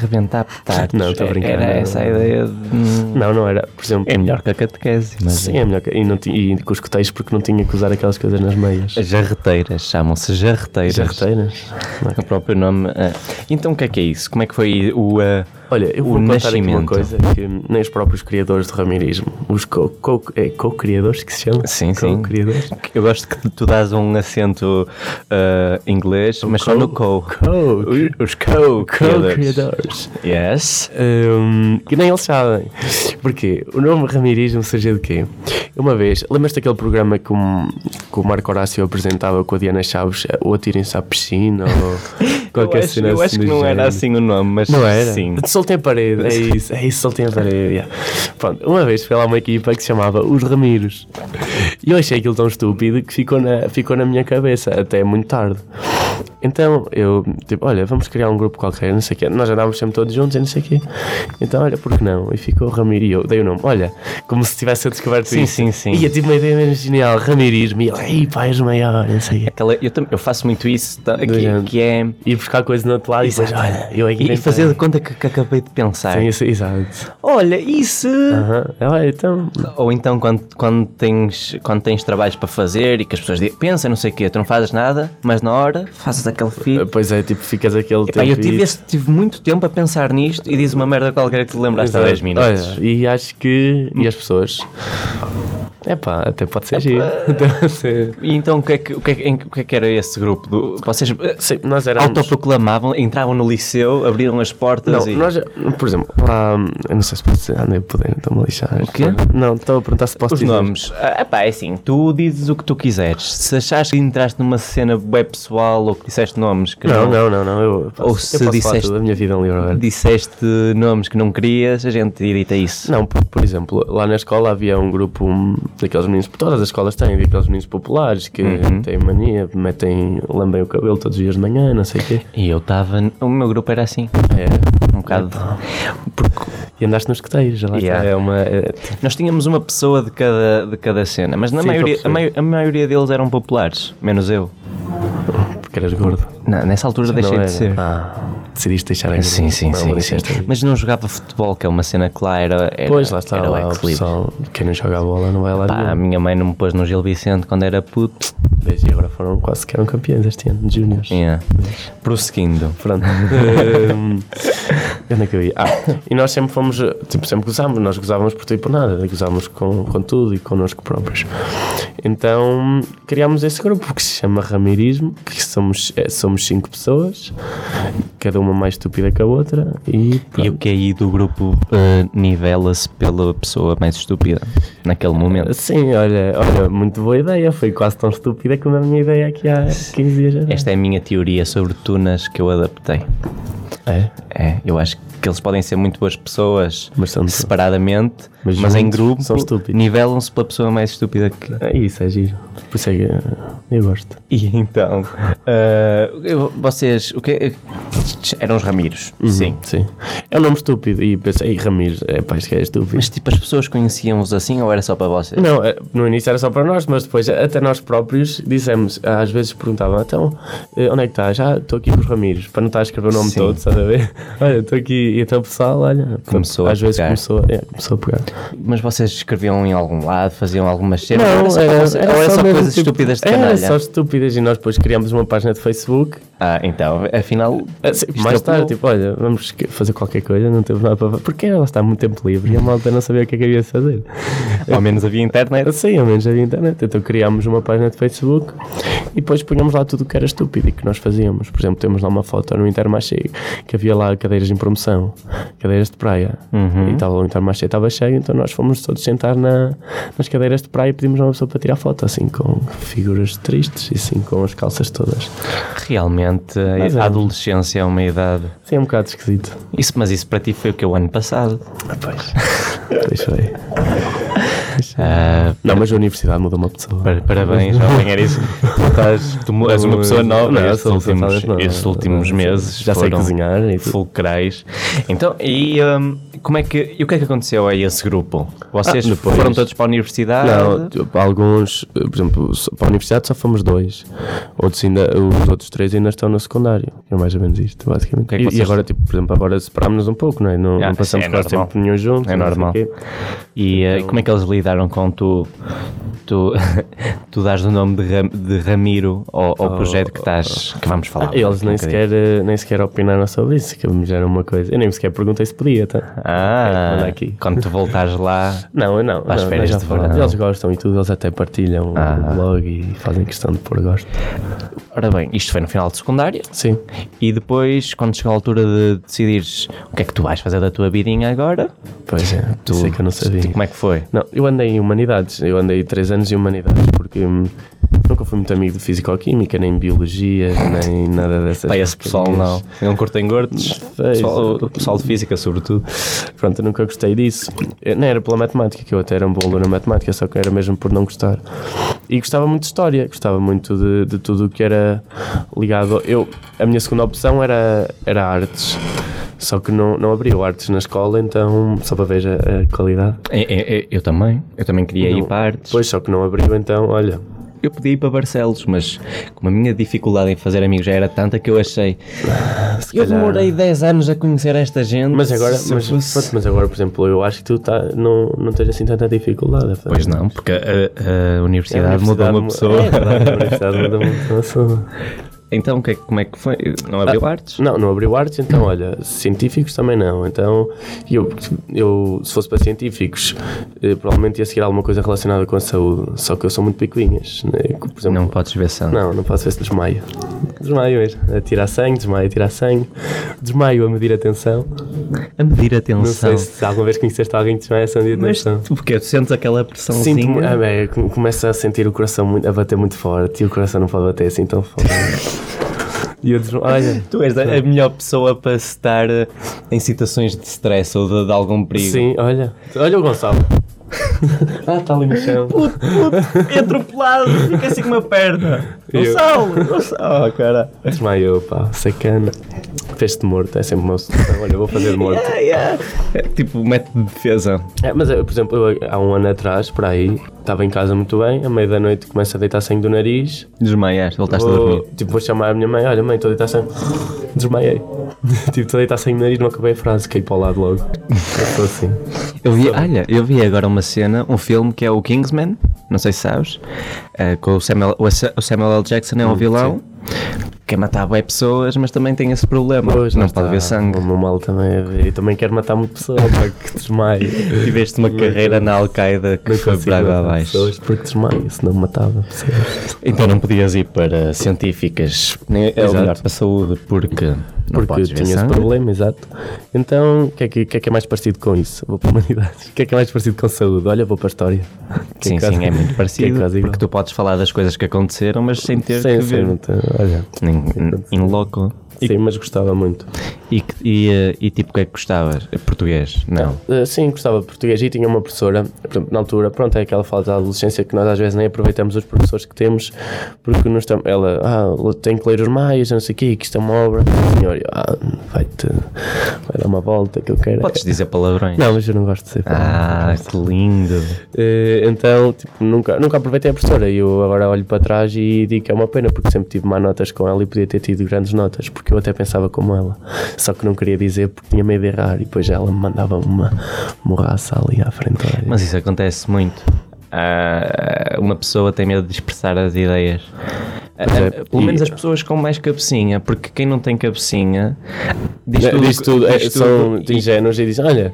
[SPEAKER 3] Reventar petardos.
[SPEAKER 1] Não, estou a brincar,
[SPEAKER 3] Era
[SPEAKER 1] não.
[SPEAKER 3] essa a ideia de...
[SPEAKER 1] Não, não era. Por exemplo,
[SPEAKER 3] É melhor que a catequese, mas...
[SPEAKER 1] sim, é melhor. que- E, não, ti- e com os coteiros porque não tinha que usar aquelas coisas nas meias.
[SPEAKER 3] As Jarreteiras, chamam-se jarreteiras.
[SPEAKER 1] Jarreteiras. Não é?
[SPEAKER 3] O próprio nome. ah. Então o que é que é isso? Como é que foi o... ah,
[SPEAKER 1] Olha, eu vou
[SPEAKER 3] o
[SPEAKER 1] contar aqui
[SPEAKER 3] nascimento?
[SPEAKER 1] uma coisa que nem os próprios criadores do ramirismo, os co- co- é, co-criadores que se chama?
[SPEAKER 3] Sim, sim.
[SPEAKER 1] Co-criadores.
[SPEAKER 3] Eu gosto que tu dás um acento ah, inglês, mas só no co.
[SPEAKER 1] Co-
[SPEAKER 3] Os co.
[SPEAKER 1] Co-criadores.
[SPEAKER 3] Yes.
[SPEAKER 1] Hum, que nem eles sabem. Porquê? O nome Ramirismo surgiu de quê? Uma vez, lembras-te daquele programa que o, que o Marco Horácio apresentava com a Diana Chaves, eh, ou atirem-se à piscina, ou qualquer
[SPEAKER 3] eu acho,
[SPEAKER 1] cena
[SPEAKER 3] eu acho
[SPEAKER 1] assim
[SPEAKER 3] que
[SPEAKER 1] do
[SPEAKER 3] não era
[SPEAKER 1] género.
[SPEAKER 3] assim o nome, mas
[SPEAKER 1] Não era?
[SPEAKER 3] sim.
[SPEAKER 1] Soltem a parede, é isso, é isso, soltem a parede. yeah. Pronto, uma vez foi lá uma equipa que se chamava Os Ramiros. E eu achei aquilo tão estúpido que ficou na, ficou na minha cabeça, até muito tarde. Então eu, tipo, olha, vamos criar um grupo qualquer, não sei o quê. Nós andávamos sempre todos juntos e não sei o quê. Então, olha, por que não? E ficou Ramiro e eu. Dei o nome, olha, como se tivesse eu descoberto
[SPEAKER 3] Sim,
[SPEAKER 1] isso.
[SPEAKER 3] sim, sim.
[SPEAKER 1] E eu tive uma ideia mesmo genial, Ramirismo. E ele, ei, pá, és o maior, não sei o quê.
[SPEAKER 3] Aquela- eu, também, eu faço muito isso, tá, que,
[SPEAKER 1] género.
[SPEAKER 3] que é.
[SPEAKER 1] Ir buscar coisa no outro lado e depois, olha, eu aqui.
[SPEAKER 3] E, e fazer de conta que, que acabei de pensar.
[SPEAKER 1] Sim, isso- exato.
[SPEAKER 3] Olha, isso.
[SPEAKER 1] Aham. Olha, então.
[SPEAKER 3] Ou então quando, quando, tens, quando tens trabalhos para fazer e que as pessoas dizem, pensa não sei o quê, tu não fazes nada, mas na hora fazes aquele filho.
[SPEAKER 1] Pois é, tipo, ficas aquele tempo.
[SPEAKER 3] eu tive,
[SPEAKER 1] e-
[SPEAKER 3] esse- tive muito tempo a pensar nisto e diz uma merda qualquer que te lembraste há
[SPEAKER 1] Exato.
[SPEAKER 3] 10 minutos.
[SPEAKER 1] Olha, e acho que. E as pessoas. É pá, até pode ser giro. Até pode ser.
[SPEAKER 3] E então o que, é que, o, que é, que- em- o que é que era esse grupo? Do, vocês eh,
[SPEAKER 1] Sim, nós éramos.
[SPEAKER 3] autoproclamavam, entravam no liceu, abriam as portas
[SPEAKER 1] Não,
[SPEAKER 3] e.
[SPEAKER 1] nós, por exemplo, lá, eu não sei se posso dizer, ah, nem poder, estou-me a lixar. O
[SPEAKER 3] quê?
[SPEAKER 1] Não, estou a perguntar se posso
[SPEAKER 3] Os
[SPEAKER 1] dizer.
[SPEAKER 3] nomes. Ah, pá, é assim, tu dizes o que tu quiseres. Se achares que entraste numa cena bem pessoal ou que disseste nomes que
[SPEAKER 1] Não, não, não, não, eu posso,
[SPEAKER 3] Ou
[SPEAKER 1] eu
[SPEAKER 3] se
[SPEAKER 1] posso falar
[SPEAKER 3] disseste-
[SPEAKER 1] tudo, a minha vida é um livro aberto.
[SPEAKER 3] disseste nomes que não querias, a gente edita isso.
[SPEAKER 1] Não, por, por exemplo, lá na escola havia um grupo hum, daqueles meninos, todas as escolas têm, daqueles meninos populares que
[SPEAKER 3] Uhum.
[SPEAKER 1] têm mania, metem, lambem o cabelo todos os dias de manhã, não sei o quê.
[SPEAKER 3] E eu estava. O meu grupo era assim,
[SPEAKER 1] É.
[SPEAKER 3] um bocado.
[SPEAKER 1] E andaste nos coteiros, lá
[SPEAKER 3] Yeah.
[SPEAKER 1] está, é uma... é-
[SPEAKER 3] Nós tínhamos uma pessoa de cada, de cada cena, mas na
[SPEAKER 1] Sim,
[SPEAKER 3] maioria, a,
[SPEAKER 1] estou a
[SPEAKER 3] mai- a maioria deles eram populares, menos eu.
[SPEAKER 1] porque eras gordo.
[SPEAKER 3] Na- nessa altura
[SPEAKER 1] Não
[SPEAKER 3] deixei
[SPEAKER 1] era?
[SPEAKER 3] de ser.
[SPEAKER 1] Ah, decidiste deixar em
[SPEAKER 3] Sim,
[SPEAKER 1] grupo.
[SPEAKER 3] sim,
[SPEAKER 1] Não,
[SPEAKER 3] sim, sim.
[SPEAKER 1] deixaste em grupo.
[SPEAKER 3] Mas não jogava futebol, que é uma cena que lá era. era
[SPEAKER 1] Pois, lá está,
[SPEAKER 3] era o
[SPEAKER 1] lá, o
[SPEAKER 3] ex-libris.
[SPEAKER 1] pessoal, quem não joga a bola não vai lá
[SPEAKER 3] Pá, a
[SPEAKER 1] nenhum.
[SPEAKER 3] minha mãe não me pôs no Gil Vicente quando era puto.
[SPEAKER 1] Mas E agora foram quase que eram campeões este ano, de juniors.
[SPEAKER 3] Yeah. Prosseguindo.
[SPEAKER 1] Pronto. Hum, Onde é que eu ia? Ah, e nós sempre fomos, eh, tipo, sempre gozámos, nós gozávamos por tudo e por nada, gozámos com, com tudo e connosco próprios. Então criámos esse grupo que se chama Ramirismo, que somos, eh, somos cinco pessoas, cada uma mais estúpida que a outra, e
[SPEAKER 3] E o que aí do grupo eh, nivela-se pela pessoa mais estúpida naquele momento.
[SPEAKER 1] Sim, olha, olha, muito boa ideia. Foi quase tão estúpida como a minha ideia aqui há 15 dias. atrás.
[SPEAKER 3] Esta é a minha teoria sobre tunas que eu adaptei.
[SPEAKER 1] É?
[SPEAKER 3] É, eu acho que eles podem ser muito boas pessoas
[SPEAKER 1] Mas são-
[SPEAKER 3] separadamente, mas,
[SPEAKER 1] Mas
[SPEAKER 3] em
[SPEAKER 1] juntos
[SPEAKER 3] grupo
[SPEAKER 1] são estúpidos.
[SPEAKER 3] nivelam-se pela pessoa mais estúpida que.
[SPEAKER 1] É Isso, é giro. Por isso é que uh, eu gosto.
[SPEAKER 3] E então, eh, eu- vocês, o que eram os Ramiros? Sim.
[SPEAKER 1] Uhum, Sim. É um nome estúpido. E pensei, ei, Ramiro, é pá, isto que é estúpido.
[SPEAKER 3] Mas tipo, as pessoas conheciam-os assim ou era só para vocês?
[SPEAKER 1] Não, eh, no início era só para nós, mas depois até nós próprios dissemos, às vezes perguntavam, então, eh, onde é que estás? Ah, estou aqui com os Ramiros, para não estar a escrever o nome
[SPEAKER 3] Sim.
[SPEAKER 1] todo, sabe a ver? Olha, estou aqui, e então o pessoal, olha,
[SPEAKER 3] Começou a
[SPEAKER 1] às vezes
[SPEAKER 3] pegar.
[SPEAKER 1] começou, é, começou a pegar.
[SPEAKER 3] Mas vocês escreviam em algum lado, faziam algumas cenas?
[SPEAKER 1] Não,
[SPEAKER 3] ou era só, para vocês- ou era só
[SPEAKER 1] mesmo,
[SPEAKER 3] coisas
[SPEAKER 1] tipo,
[SPEAKER 3] estúpidas de
[SPEAKER 1] Era
[SPEAKER 3] canalha?
[SPEAKER 1] só estúpidas e nós depois criámos uma página de Facebook.
[SPEAKER 3] Ah, então, afinal.
[SPEAKER 1] assim,
[SPEAKER 3] isto
[SPEAKER 1] mais
[SPEAKER 3] é como-
[SPEAKER 1] tarde, tipo, olha, vamos que- fazer qualquer coisa, não temos nada para fazer. Porque ela está muito tempo livre e a malta não sabia o que é que havia de fazer.
[SPEAKER 3] Ao menos havia internet.
[SPEAKER 1] Assim, ao menos havia internet. Então criámos uma página de Facebook e depois punhamos lá tudo o que era estúpido e que nós fazíamos. Por exemplo, temos lá uma foto no Intermarché que havia lá cadeiras em promoção, cadeiras de praia.
[SPEAKER 3] Uhum.
[SPEAKER 1] E estava lá o Intermarché estava cheio, então nós fomos todos sentar na, nas cadeiras de praia e pedimos a uma pessoa para tirar foto, assim, com figuras tristes e assim, com as calças todas.
[SPEAKER 3] Realmente,
[SPEAKER 1] Mas
[SPEAKER 3] a
[SPEAKER 1] é.
[SPEAKER 3] adolescência é uma idade.
[SPEAKER 1] Assim, é um bocado esquisito.
[SPEAKER 3] Isso, mas isso para ti foi o que o ano passado.
[SPEAKER 1] Pois. pois foi.
[SPEAKER 3] Ah,
[SPEAKER 1] Não, mas a universidade mudou uma pessoa.
[SPEAKER 3] par- parabéns, jovem, era isso. Tu, estás, tu mo- és uma pessoa nova
[SPEAKER 1] Não,
[SPEAKER 3] estes
[SPEAKER 1] sou uma pessoa
[SPEAKER 3] últimos,
[SPEAKER 1] nova.
[SPEAKER 3] estes últimos meses.
[SPEAKER 1] Já sei
[SPEAKER 3] foram
[SPEAKER 1] cozinhar e tudo.
[SPEAKER 3] Fulcrais. Então, e, hum, como é que, e o que é que aconteceu a esse grupo? Vocês
[SPEAKER 1] Ah, depois.
[SPEAKER 3] foram todos para a universidade?
[SPEAKER 1] Não, tipo, alguns, eh, por exemplo, só- para a universidade só fomos dois. Outros ainda, os outros três ainda estão no secundário. É mais ou menos isto, basicamente.
[SPEAKER 3] é que
[SPEAKER 1] E- e,
[SPEAKER 3] vocês-
[SPEAKER 1] agora, tipo, por exemplo, agora separámos-nos um pouco, não é? Não,
[SPEAKER 3] Ah,
[SPEAKER 1] não passamos
[SPEAKER 3] sim, é
[SPEAKER 1] quase
[SPEAKER 3] normal.
[SPEAKER 1] tempo nenhum juntos.
[SPEAKER 3] É
[SPEAKER 1] não sei
[SPEAKER 3] normal.
[SPEAKER 1] o quê.
[SPEAKER 3] E eh, como é que eles lidaram com tu? Tu, tu dás o nome de, Ram- de Ramiro ao, ao projeto que estás. que vamos falar.
[SPEAKER 1] Ah, Eles
[SPEAKER 3] daqui a
[SPEAKER 1] nem
[SPEAKER 3] Ah, um bocadinho.
[SPEAKER 1] sequer, eh, nem sequer opinaram sobre isso, que me era uma coisa. Eu nem sequer perguntei se podia, tá? É,
[SPEAKER 3] Ah,
[SPEAKER 1] manda aqui.
[SPEAKER 3] quando tu voltares lá.
[SPEAKER 1] Não, eu não.
[SPEAKER 3] Para as
[SPEAKER 1] não,
[SPEAKER 3] férias
[SPEAKER 1] nós já
[SPEAKER 3] de
[SPEAKER 1] falámos.
[SPEAKER 3] verão.
[SPEAKER 1] Eles gostam e tudo, eles até partilham
[SPEAKER 3] Ah.
[SPEAKER 1] o blog e fazem questão de pôr gosto.
[SPEAKER 3] Ora bem, isto foi no final de secundária.
[SPEAKER 1] Sim.
[SPEAKER 3] E depois, quando chegou a altura de decidires o que é que tu vais fazer da tua vidinha agora,
[SPEAKER 1] Pois é, tu, sei que eu não sabia.
[SPEAKER 3] como é que foi?
[SPEAKER 1] Não, eu andei em humanidades, eu andei três anos em humanidades porque hum, nunca fui muito amigo de fisicoquímica, nem biologia, nem nada dessas
[SPEAKER 3] Pá, esse pessoal não. Não curtem gordos.
[SPEAKER 1] Fez.
[SPEAKER 3] um Pessoal- O pessoal de física, sobretudo.
[SPEAKER 1] Pronto, eu nunca gostei disso. Eu- Não era pela matemática, que eu até era um bom aluno na matemática, só que era mesmo por não gostar. E gostava muito de história, gostava muito de, de tudo o que era ligado. Eu, a minha segunda opção era, era artes. Só que não, não abriu artes na escola, então, só para ver a, a qualidade.
[SPEAKER 3] Eu, É, eu também. Eu também queria ir
[SPEAKER 1] Não.
[SPEAKER 3] para artes.
[SPEAKER 1] Pois, só que não abriu, então, olha,
[SPEAKER 3] Eu podia ir para Barcelos, mas como a minha dificuldade em fazer amigos já era tanta que eu achei. eu
[SPEAKER 1] calhar-
[SPEAKER 3] demorei 10 anos a conhecer esta gente.
[SPEAKER 1] Mas agora,
[SPEAKER 3] se eu
[SPEAKER 1] mas,
[SPEAKER 3] fosse-
[SPEAKER 1] pronto, mas agora, por exemplo, eu acho que tu tá, não, não tens assim tanta dificuldade. a fazer.
[SPEAKER 3] Pois não, porque a, a
[SPEAKER 1] É,
[SPEAKER 3] universidade mudou uma
[SPEAKER 1] mu-
[SPEAKER 3] pessoa.
[SPEAKER 1] É verdade, a universidade mudou muito é uma pessoa.
[SPEAKER 3] Então, o que é que- como é que foi? Não abriu artes?
[SPEAKER 1] Não, não abriu artes, então, olha, científicos também não. Então, eu, eu se fosse para científicos, eh, provavelmente ia seguir alguma coisa relacionada com a saúde. Só que eu sou muito picuinhas. Né? Por exemplo,
[SPEAKER 3] Não podes ver sangue.
[SPEAKER 1] Não, não posso ver se desmaio. Desmaio mesmo. A tirar sangue, desmaio, a tirar sangue. Desmaio a medir a tensão.
[SPEAKER 3] A medir a
[SPEAKER 1] Não sei
[SPEAKER 3] tensão.
[SPEAKER 1] se alguma vez conheceste alguém que desmaia a sangue de
[SPEAKER 3] Mas
[SPEAKER 1] tensão.
[SPEAKER 3] tu, porque tu sentes aquela pressãozinha.
[SPEAKER 1] Sinto, mu- ah, bem, eu come- começo a sentir o coração muito, a bater muito forte e o coração não pode bater assim tão forte. e eu desmaio. Olha,
[SPEAKER 3] Tu és a, a melhor pessoa para se estar eh, em situações de stress ou de, de algum perigo.
[SPEAKER 1] sim, olha. Olha o Gonçalo. ah, está ali no chão.
[SPEAKER 3] É atropelado, fica assim com uma perna.
[SPEAKER 1] Eu.
[SPEAKER 3] Gonçalo, Gonçalo, cara.
[SPEAKER 1] Desmaiou, pá, sacana. né? Fez-te morto, é sempre uma solução. Olha, vou fazer de morto.
[SPEAKER 3] Ah, yeah. É tipo método de defesa.
[SPEAKER 1] É, mas, eu, por exemplo, eu, há um ano atrás, por aí, estava em casa muito bem, à meia da noite começo a deitar sangue do nariz,
[SPEAKER 3] Desmaias, voltaste a
[SPEAKER 1] vou,
[SPEAKER 3] dormir.
[SPEAKER 1] tipo, vou chamar a minha mãe, olha mãe, estou a deitar sangue, desmaiei. tipo, estou a deitar sangue no nariz, não acabei a frase, caí para o lado logo. Eu Estou assim.
[SPEAKER 3] Eu vi, olha, eu vi agora uma cena, um filme que é o Kingsman, não sei se sabes, eh, com o Samuel, o Sa- o Samuel L. Jackson é um vilão que matar bem pessoas, mas também tem esse problema.
[SPEAKER 1] Pois,
[SPEAKER 3] não
[SPEAKER 1] lá
[SPEAKER 3] pode
[SPEAKER 1] está,
[SPEAKER 3] ver sangue.
[SPEAKER 1] O meu mal também é ver. E também quero matar muito pessoal, pá, que desmaio.
[SPEAKER 3] Tiveste uma carreira na Al-Qaeda que
[SPEAKER 1] Não
[SPEAKER 3] foi
[SPEAKER 1] consigo
[SPEAKER 3] para água
[SPEAKER 1] matar
[SPEAKER 3] abaixo.
[SPEAKER 1] pessoas porque desmaio, senão matava pessoas.
[SPEAKER 3] Então não podias ir para científicas, nem é
[SPEAKER 1] Exato.
[SPEAKER 3] melhor para a saúde, porque não
[SPEAKER 1] Porque eu
[SPEAKER 3] podes ver
[SPEAKER 1] tinha esse
[SPEAKER 3] sangue.
[SPEAKER 1] problema, exato. Então, o que, é que, o que é que é mais parecido com isso? Vou para a humanidade. O que é que é mais parecido com saúde? Olha, vou para a história. Que
[SPEAKER 3] Sim,
[SPEAKER 1] quase-
[SPEAKER 3] sim, é
[SPEAKER 1] que
[SPEAKER 3] muito parecido,
[SPEAKER 1] quase igual.
[SPEAKER 3] porque tu podes falar das coisas que aconteceram, mas sem ter
[SPEAKER 1] Sim,
[SPEAKER 3] que
[SPEAKER 1] sim,
[SPEAKER 3] ver.
[SPEAKER 1] não tem- olha,
[SPEAKER 3] Em- Em loco.
[SPEAKER 1] sim, mas gostava muito.
[SPEAKER 3] E, que- e, eh, e tipo, o que é que gostavas? Português? Não.
[SPEAKER 1] Uh, sim, gostava de português e tinha uma professora, por exemplo, na altura, pronto, é aquela falta da adolescência que nós às vezes nem aproveitamos os professores que temos, porque nós estamos, ela, ah, tem que ler os maias, não sei o quê, que isto é uma obra, senhor, eu, ah, vai-te, vai dar uma volta que eu quero. é-
[SPEAKER 3] Podes dizer palavrões.
[SPEAKER 1] Não, mas eu não gosto de ser
[SPEAKER 3] Ah, que lindo.
[SPEAKER 1] Eh, então, tipo, nunca, nunca aproveitei a professora e eu agora olho para trás e digo que é uma pena porque sempre tive má notas com ela e podia ter tido grandes notas porque eu até pensava como ela, só que não queria dizer porque tinha medo de errar e depois ela me mandava uma morraça ali à frente. olha.
[SPEAKER 3] Mas isso acontece muito. Ah, uma pessoa tem medo de expressar as ideias. Ah, ah, pelo
[SPEAKER 1] é, e-
[SPEAKER 3] menos as pessoas com mais cabecinha, porque quem não tem cabecinha diz
[SPEAKER 1] Eh,
[SPEAKER 3] tudo.
[SPEAKER 1] diz tudo, é,
[SPEAKER 3] diz
[SPEAKER 1] são
[SPEAKER 3] tudo.
[SPEAKER 1] ingênuos e dizem: Olha,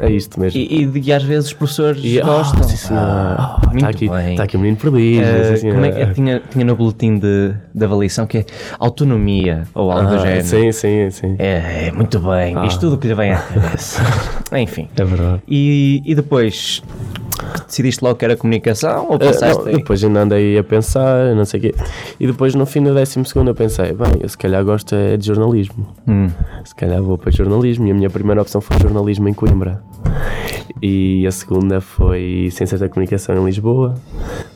[SPEAKER 1] é isto mesmo.
[SPEAKER 3] E, e- e às vezes os professores
[SPEAKER 1] E, "Ah,
[SPEAKER 3] gostam.
[SPEAKER 1] sim, senhor.
[SPEAKER 3] Ah,
[SPEAKER 1] Tá
[SPEAKER 3] muito
[SPEAKER 1] aqui,
[SPEAKER 3] bem.
[SPEAKER 1] tá aqui o menino perdido.
[SPEAKER 3] Ah,
[SPEAKER 1] sim,
[SPEAKER 3] como é que
[SPEAKER 1] senhora.
[SPEAKER 3] é? tinha, tinha no boletim de, de avaliação que é autonomia ou algo do
[SPEAKER 1] Ah,
[SPEAKER 3] género?
[SPEAKER 1] Sim, Ah. sim, sim.
[SPEAKER 3] É, é, muito bem. Diz tudo o que lhe vem à cabeça. Enfim.
[SPEAKER 1] É verdade.
[SPEAKER 3] E, e depois decidiste logo que era comunicação ou
[SPEAKER 1] Ah,
[SPEAKER 3] pensaste
[SPEAKER 1] não,
[SPEAKER 3] em-
[SPEAKER 1] depois ainda andei a pensar, não sei o quê. E depois no fim do 12 eu pensei, bem, eu se calhar gosto é de jornalismo.
[SPEAKER 3] Hum,
[SPEAKER 1] Se calhar vou para jornalismo. E a minha primeira opção foi jornalismo em Coimbra. E a segunda foi Ciências da Comunicação em Lisboa,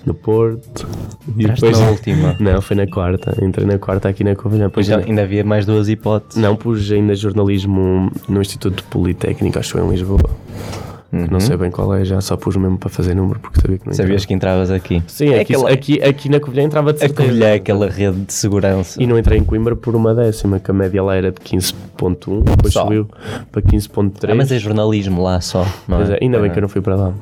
[SPEAKER 1] no Porto. E
[SPEAKER 3] Entraste na última.
[SPEAKER 1] Não, foi na quarta. Entrei na quarta aqui na Covilhã. Pois
[SPEAKER 3] Então,
[SPEAKER 1] ainda-
[SPEAKER 3] ainda havia mais duas hipóteses.
[SPEAKER 1] não pus ainda jornalismo no Instituto Politécnico, acho eu, em Lisboa. Não sei bem qual é, já só pus mesmo para fazer número porque sabia que não
[SPEAKER 3] Uhum. Sabias
[SPEAKER 1] entrava.
[SPEAKER 3] que entravas aqui.
[SPEAKER 1] Sim,
[SPEAKER 3] É
[SPEAKER 1] aqui,
[SPEAKER 3] aquela-
[SPEAKER 1] aqui, aqui na Covilhã entrava de
[SPEAKER 3] A
[SPEAKER 1] certeza.
[SPEAKER 3] Covilhã é aquela rede de segurança.
[SPEAKER 1] E não entrei em Coimbra por uma décima, que a média lá era de 15.1, depois
[SPEAKER 3] Só.
[SPEAKER 1] subiu para
[SPEAKER 3] Ah,
[SPEAKER 1] 15.3.
[SPEAKER 3] mas é jornalismo lá só, não é?
[SPEAKER 1] Pois é, ainda bem que eu não fui para lá.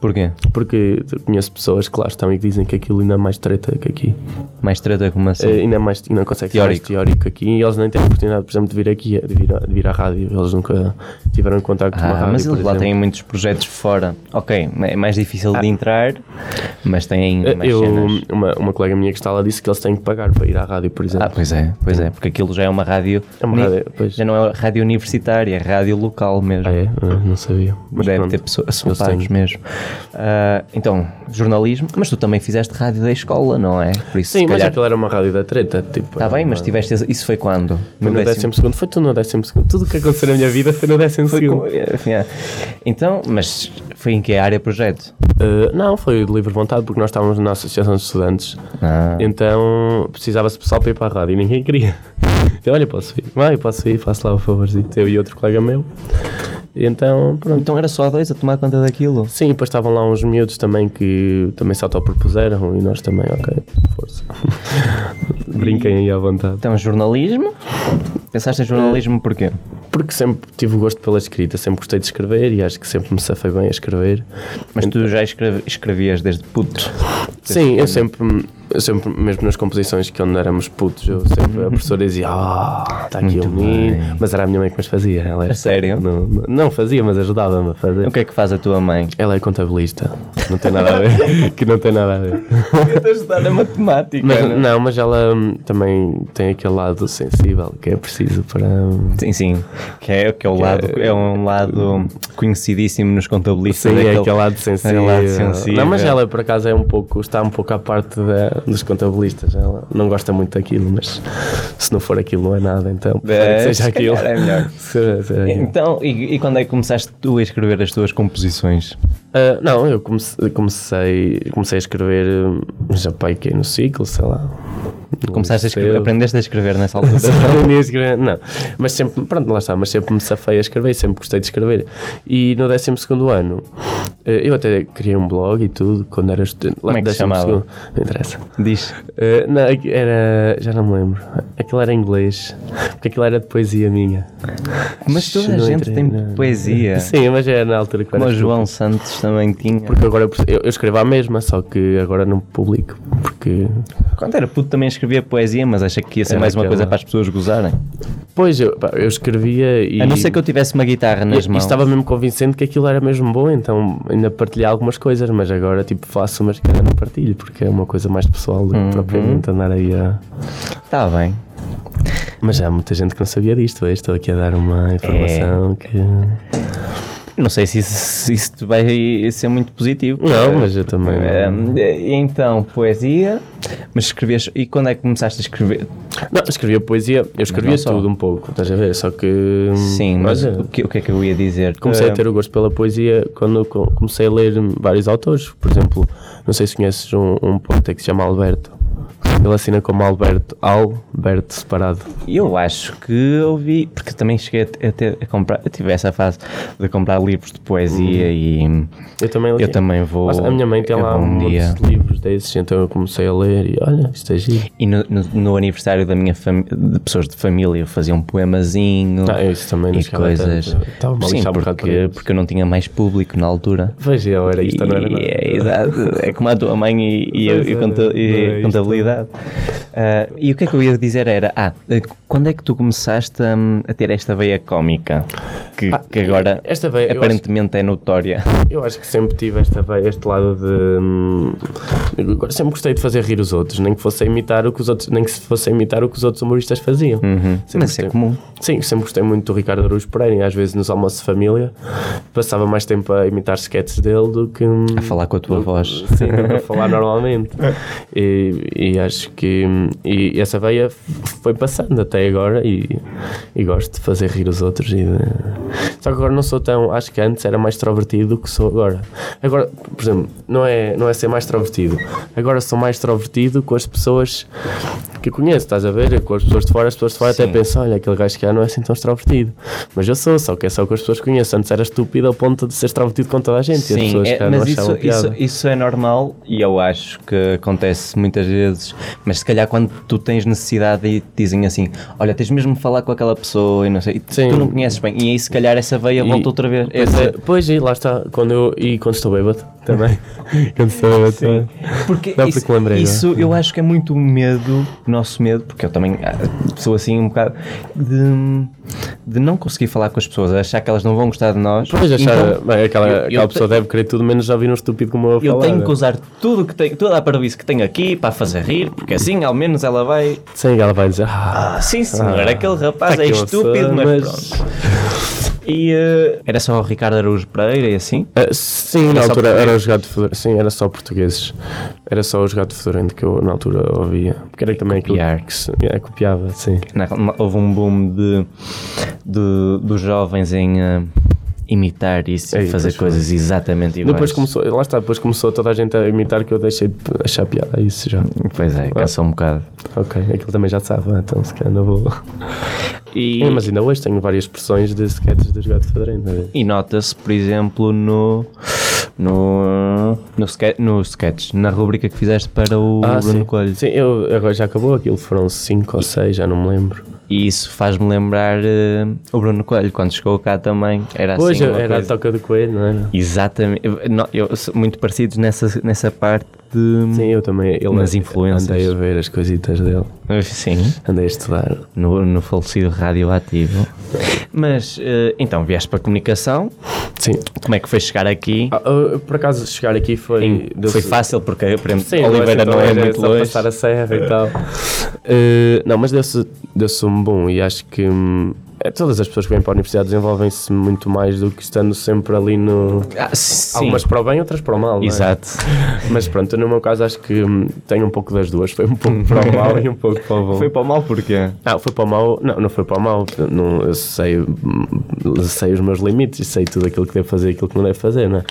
[SPEAKER 3] Porquê?
[SPEAKER 1] Porque conheço pessoas que lá estão e que dizem que aquilo ainda é mais treta que aqui.
[SPEAKER 3] Mais treta como
[SPEAKER 1] Eh,
[SPEAKER 3] assim?
[SPEAKER 1] ainda mais, ainda consegue ser mais teórico aqui. E eles nem têm a oportunidade, por exemplo, de vir aqui, de vir, de vir à rádio. Eles nunca tiveram contacto com a
[SPEAKER 3] Ah,
[SPEAKER 1] rádio.
[SPEAKER 3] mas
[SPEAKER 1] por
[SPEAKER 3] eles lá
[SPEAKER 1] exemplo.
[SPEAKER 3] têm muitos projetos fora. Ok, é mais difícil de entrar, mas têm
[SPEAKER 1] Eh,
[SPEAKER 3] mais
[SPEAKER 1] eu,
[SPEAKER 3] cenas.
[SPEAKER 1] uma, uma colega minha que está lá disse que eles têm que pagar para ir à rádio, por exemplo.
[SPEAKER 3] Ah, pois é, pois é, porque aquilo já é uma rádio.
[SPEAKER 1] É uma
[SPEAKER 3] ni-
[SPEAKER 1] rádio, pois.
[SPEAKER 3] Já não é rádio universitária, é rádio local mesmo.
[SPEAKER 1] Ah, é? Ah, não sabia. Mas
[SPEAKER 3] Deve
[SPEAKER 1] pronto,
[SPEAKER 3] ter pessoas
[SPEAKER 1] eles têm.
[SPEAKER 3] soldados mesmo. Ah, então, jornalismo, mas tu também fizeste rádio da escola, não é? Por isso,
[SPEAKER 1] Sim,
[SPEAKER 3] se
[SPEAKER 1] mas
[SPEAKER 3] calhar.
[SPEAKER 1] aquilo era uma rádio da treta. Tipo,
[SPEAKER 3] Está bem, mas tiveste. esse- Isso foi quando?
[SPEAKER 1] Foi no
[SPEAKER 3] décimo-
[SPEAKER 1] décimo segundo. Foi tudo no décimo segundo. Tudo o que aconteceu na minha vida foi no décimo
[SPEAKER 3] Foi
[SPEAKER 1] segundo.
[SPEAKER 3] com- é, é. Então, mas foi em que área projeto?
[SPEAKER 1] Eh, não, foi de livre vontade porque nós estávamos na Associação de Estudantes.
[SPEAKER 3] Ah.
[SPEAKER 1] Então precisava-se pessoal para ir para a rádio e ninguém queria. Então, olha, posso ir. Vai, posso ir, faço lá o favorzinho. Eu e outro colega meu. E então, pronto.
[SPEAKER 3] Então era só dois a tomar conta daquilo.
[SPEAKER 1] Sim, depois estavam lá uns miúdos também que também se autopropuseram e nós também, ok, força. Brinquem aí à vontade.
[SPEAKER 3] Então, jornalismo? Pensaste em jornalismo porquê?
[SPEAKER 1] Porque sempre tive o gosto pela escrita, sempre gostei de escrever e acho que sempre me safei bem a escrever.
[SPEAKER 3] Mas tu já escreve- escrevias desde puto.
[SPEAKER 1] Sim, eu sempre, eu sempre, mesmo nas composições que onde éramos putos, eu sempre a professora dizia, ah, está aqui o menino. Mas era a minha mãe que nos fazia. Ela
[SPEAKER 3] A sério?
[SPEAKER 1] Não, não- não fazia, mas ajudava-me a fazer.
[SPEAKER 3] O que é que faz a tua mãe?
[SPEAKER 1] Ela é contabilista, não tem nada a ver. que não tem nada a ver.
[SPEAKER 3] Tenta ajudar a matemática.
[SPEAKER 1] Mas,
[SPEAKER 3] né?
[SPEAKER 1] não, mas ela hum, também tem aquele lado sensível que é preciso para. hum,
[SPEAKER 3] Sim, sim. Que é, que é, o lado, é um lado conhecidíssimo nos contabilistas.
[SPEAKER 1] Sim, é aquele,
[SPEAKER 3] aquele-
[SPEAKER 1] lado sensível.
[SPEAKER 3] aquele lado sensível.
[SPEAKER 1] Não, mas ela por acaso é um pouco, está um pouco à parte da- dos contabilistas. Ela não gosta muito daquilo, mas se não for aquilo não é nada, então prefere
[SPEAKER 3] É,
[SPEAKER 1] que seja
[SPEAKER 3] se
[SPEAKER 1] aquilo.
[SPEAKER 3] calhar é melhor.
[SPEAKER 1] Se- se-
[SPEAKER 3] Então, e, e quando é que começaste tu a escrever as tuas composições?
[SPEAKER 1] Ah, não, eu comece- comecei, comecei a escrever hum, já pai que no ciclo, sei lá.
[SPEAKER 3] Começaste a escrever,
[SPEAKER 1] Sei.
[SPEAKER 3] aprendeste a escrever nessa altura?
[SPEAKER 1] Não, nem escrever, não. Mas sempre, pronto, lá está, mas sempre me safei a escrever, sempre gostei de escrever. E no 12 ano, eh, eu até criei um blog e tudo, quando era estudante. lá
[SPEAKER 3] Como é que se
[SPEAKER 1] 12º,
[SPEAKER 3] chamava?
[SPEAKER 1] Não interessa.
[SPEAKER 3] Diz.
[SPEAKER 1] Eh, não, aqui era. Já não me lembro. Aquilo era em inglês, porque aquilo era de poesia minha.
[SPEAKER 3] Mas toda a
[SPEAKER 1] Não
[SPEAKER 3] gente
[SPEAKER 1] entrei,
[SPEAKER 3] tem
[SPEAKER 1] não.
[SPEAKER 3] poesia.
[SPEAKER 1] Sim, mas era na altura que eu
[SPEAKER 3] Como
[SPEAKER 1] era
[SPEAKER 3] É. o é João Santos também tinha.
[SPEAKER 1] Porque agora eu, eu escrevo à mesma, só que agora não publico, porque
[SPEAKER 3] Quando era puto também escrevia poesia, mas acha que ia ser
[SPEAKER 1] Era
[SPEAKER 3] mais uma
[SPEAKER 1] aquela-
[SPEAKER 3] coisa para as pessoas gozarem.
[SPEAKER 1] Pois, eu, pá, eu escrevia e.
[SPEAKER 3] A não ser que eu tivesse uma guitarra
[SPEAKER 1] e-
[SPEAKER 3] nas
[SPEAKER 1] e
[SPEAKER 3] mãos.
[SPEAKER 1] estava mesmo convincente que aquilo era mesmo bom, então ainda partilhei algumas coisas, mas agora tipo faço, mas que não partilho, porque é uma coisa mais pessoal do
[SPEAKER 3] Uhum.
[SPEAKER 1] que propriamente andar aí a.
[SPEAKER 3] Está tá bem.
[SPEAKER 1] Mas já há muita gente que não sabia disto, vejo, estou aqui a dar
[SPEAKER 3] É.
[SPEAKER 1] uma informação que.
[SPEAKER 3] Não sei se isso, se isso te vai ser muito positivo.
[SPEAKER 1] Não, mas eu também.
[SPEAKER 3] Eh, Então, poesia, mas escrevias. E quando é que começaste a escrever?
[SPEAKER 1] Não, escrevia poesia, eu escrevia
[SPEAKER 3] não só.
[SPEAKER 1] tudo um pouco, estás a ver? Só que.
[SPEAKER 3] Sim, mas
[SPEAKER 1] olha,
[SPEAKER 3] o que, o que é que eu ia dizer?
[SPEAKER 1] Comecei
[SPEAKER 3] Eh,
[SPEAKER 1] a ter o gosto pela poesia quando co- comecei a ler vários autores. Por exemplo, não sei se conheces um, um poeta que se chama Alberto. Ele assina como Alberto, Alberto separado.
[SPEAKER 3] Eu acho que eu vi, porque também cheguei a, te- a ter- a comprar, eu tive essa fase de comprar livros de poesia e
[SPEAKER 1] Eu também li.
[SPEAKER 3] eu também vou.
[SPEAKER 1] Uhum. Mas a minha mãe tem
[SPEAKER 3] eu
[SPEAKER 1] lá
[SPEAKER 3] vou
[SPEAKER 1] um monte
[SPEAKER 3] dia.
[SPEAKER 1] de livros desses, então eu comecei a ler e olha, isto é giro.
[SPEAKER 3] E no, no- no aniversário da minha fami- de pessoas de família eu fazia um poemazinho
[SPEAKER 1] Ah, eu isso também não
[SPEAKER 3] e
[SPEAKER 1] chegava
[SPEAKER 3] coisas.
[SPEAKER 1] tanto. Estava mal
[SPEAKER 3] Sim,
[SPEAKER 1] lixado um bocado para
[SPEAKER 3] porque,
[SPEAKER 1] isso.
[SPEAKER 3] porque eu não tinha mais público na altura.
[SPEAKER 1] Veja, eu era isto, não era nada.
[SPEAKER 3] E- É, exato. É como a tua mãe e, e, eu-
[SPEAKER 1] Pois
[SPEAKER 3] e
[SPEAKER 1] é,
[SPEAKER 3] conta- e
[SPEAKER 1] não é isto.
[SPEAKER 3] contabilidade. Ah, e o que é que eu ia dizer era: ah, eh, quando é que tu começaste hum, a, ter esta veia cómica que,
[SPEAKER 1] Ah,
[SPEAKER 3] que agora
[SPEAKER 1] esta veia, eu
[SPEAKER 3] aparentemente é notória?
[SPEAKER 1] Eu acho que sempre tive esta, ve- este lado de. hum, eu Sempre gostei de fazer rir os outros, nem que fosse a imitar o que os outros, nem que se fosse a imitar o que os outros humoristas faziam. Sempre
[SPEAKER 3] Mas isso é
[SPEAKER 1] gostei-
[SPEAKER 3] comum.
[SPEAKER 1] Sim, sempre gostei muito do Ricardo Araújo Pereira, e às vezes nos almoços de família passava mais tempo a imitar sketches dele do que hum,
[SPEAKER 3] A falar com a tua voz.
[SPEAKER 1] Sim, do que a falar normalmente. E, e acho que hum, e essa veia f- foi passando até agora e, e gosto de fazer rir os outros. e de- Só que agora não sou tão. Acho que antes era mais extrovertido do que sou agora. Agora, por exemplo, não é, não é ser mais extrovertido. Agora sou mais extrovertido com as pessoas que conheço, estás a ver? Com as pessoas de fora, as pessoas de fora até pensam: olha, aquele gajo que já não é assim tão extrovertido. Mas eu sou, só que é só com as pessoas que conheço. Antes era estúpido ao ponto de ser extrovertido com toda a gente. e as
[SPEAKER 3] Sim,
[SPEAKER 1] pessoas
[SPEAKER 3] é-
[SPEAKER 1] que não
[SPEAKER 3] mas
[SPEAKER 1] achavam
[SPEAKER 3] isso,
[SPEAKER 1] piada.
[SPEAKER 3] isso, isso é normal e eu acho que acontece muitas vezes. Mas se calhar quando tu tens necessidade e te dizem assim: olha, tens mesmo de falar com aquela pessoa e não sei, e
[SPEAKER 1] Sim.
[SPEAKER 3] tu não conheces bem. E aí se calhar essa veia
[SPEAKER 1] E-
[SPEAKER 3] volta outra vez.
[SPEAKER 1] Pois,
[SPEAKER 3] Essa-
[SPEAKER 1] é, pois e lá está. Quando eu, e quando estou bêbado também. quando estou bêbado também.
[SPEAKER 3] Porque
[SPEAKER 1] Não,
[SPEAKER 3] isso,
[SPEAKER 1] porque lembrei,
[SPEAKER 3] isso eu acho que é muito medo, nosso medo, porque eu também ah, sou assim um bocado, de, hum, de não conseguir falar com as pessoas, achar que elas não vão gostar de nós.
[SPEAKER 1] Pois achar,
[SPEAKER 3] Então,
[SPEAKER 1] bem, aquela,
[SPEAKER 3] eu- eu
[SPEAKER 1] aquela
[SPEAKER 3] te-
[SPEAKER 1] pessoa deve querer tudo menos já ouvir um estúpido como eu a
[SPEAKER 3] eu
[SPEAKER 1] falar,
[SPEAKER 3] tenho
[SPEAKER 1] né?
[SPEAKER 3] que usar tudo que tenho, toda a parvoíce que tenho aqui para a fazer rir, porque assim ao menos ela vai.
[SPEAKER 1] Sim, ela vai dizer. Ah,
[SPEAKER 3] Ah, sim senhor, aquele rapaz é
[SPEAKER 1] aquela pessoa,
[SPEAKER 3] estúpido, mas, pronto. E eh, era só o Ricardo Araújo Pereira e assim.
[SPEAKER 1] Ah, sim, na
[SPEAKER 3] só
[SPEAKER 1] altura
[SPEAKER 3] português?
[SPEAKER 1] era um o jogado fedorento. Sim, era só portugueses. Era só o jogado fedorento que eu na altura ouvia. Porque era também aquilo
[SPEAKER 3] copiar.
[SPEAKER 1] que se, é, copiava, sim.
[SPEAKER 3] Na- houve um boom de, de- dos jovens em, eh, imitar isso
[SPEAKER 1] É,
[SPEAKER 3] e fazer
[SPEAKER 1] pois foi.
[SPEAKER 3] coisas exatamente iguais.
[SPEAKER 1] Depois começou, lá está, depois começou toda a gente a imitar que eu deixei de achar piada a isso já.
[SPEAKER 3] Pois
[SPEAKER 1] Ah.
[SPEAKER 3] é, caça um bocado.
[SPEAKER 1] Ok, aquilo também já sabe, ah, então se calhar não vou.
[SPEAKER 3] E,
[SPEAKER 1] É, mas ainda hoje tenho várias expressões de sketches do Jogado Fadrino.
[SPEAKER 3] e nota-se, por exemplo, no. No, no, sketch, no sketch, na rubrica que fizeste para o Bruno
[SPEAKER 1] Ah, sim.
[SPEAKER 3] Coelho.
[SPEAKER 1] Sim, eu, agora já acabou aquilo, foram 5 ou 6, já não me lembro.
[SPEAKER 3] E isso faz-me lembrar eh, o Bruno Coelho, quando chegou cá também, era assim.
[SPEAKER 1] hoje
[SPEAKER 3] uma
[SPEAKER 1] era
[SPEAKER 3] coisa.
[SPEAKER 1] a toca do coelho, não era?
[SPEAKER 3] Exatamente. Eu- não, eu- sou muito parecidos nessa, nessa parte de.
[SPEAKER 1] Sim, eu também. Ele
[SPEAKER 3] Nas influências.
[SPEAKER 1] Andei a ver as coisitas dele,
[SPEAKER 3] Sim.
[SPEAKER 1] andei a estudar.
[SPEAKER 3] no, no falecido radioativo. Mas eh, então vieste para a comunicação.
[SPEAKER 1] Sim.
[SPEAKER 3] Como é que foi chegar aqui?
[SPEAKER 1] Ah, ah, por acaso, chegar aqui foi.
[SPEAKER 3] foi
[SPEAKER 1] deu-se-
[SPEAKER 3] fácil porque por exemplo,
[SPEAKER 1] Sim,
[SPEAKER 3] Oliveira não é
[SPEAKER 1] Washington
[SPEAKER 3] muito
[SPEAKER 1] só
[SPEAKER 3] longe.
[SPEAKER 1] passar a serra e tal. Eh, não, mas deu-se deu um bom e acho que hum, eh, todas as pessoas que vêm para a universidade desenvolvem-se muito mais do que estando sempre ali no.
[SPEAKER 3] Ah, sim,
[SPEAKER 1] Algumas para o bem, outras para o mal. não é?
[SPEAKER 3] exato.
[SPEAKER 1] Mas pronto, no meu caso acho que hum, tenho um pouco das duas. Foi um pouco para o mal e um pouco para o bom.
[SPEAKER 3] Foi para o mal porquê?
[SPEAKER 1] Ah, foi para o mal. Não, não foi para o mal. Não, eu sei, hum, sei os meus limites e sei tudo aquilo que devo fazer e aquilo que não devo fazer, não é?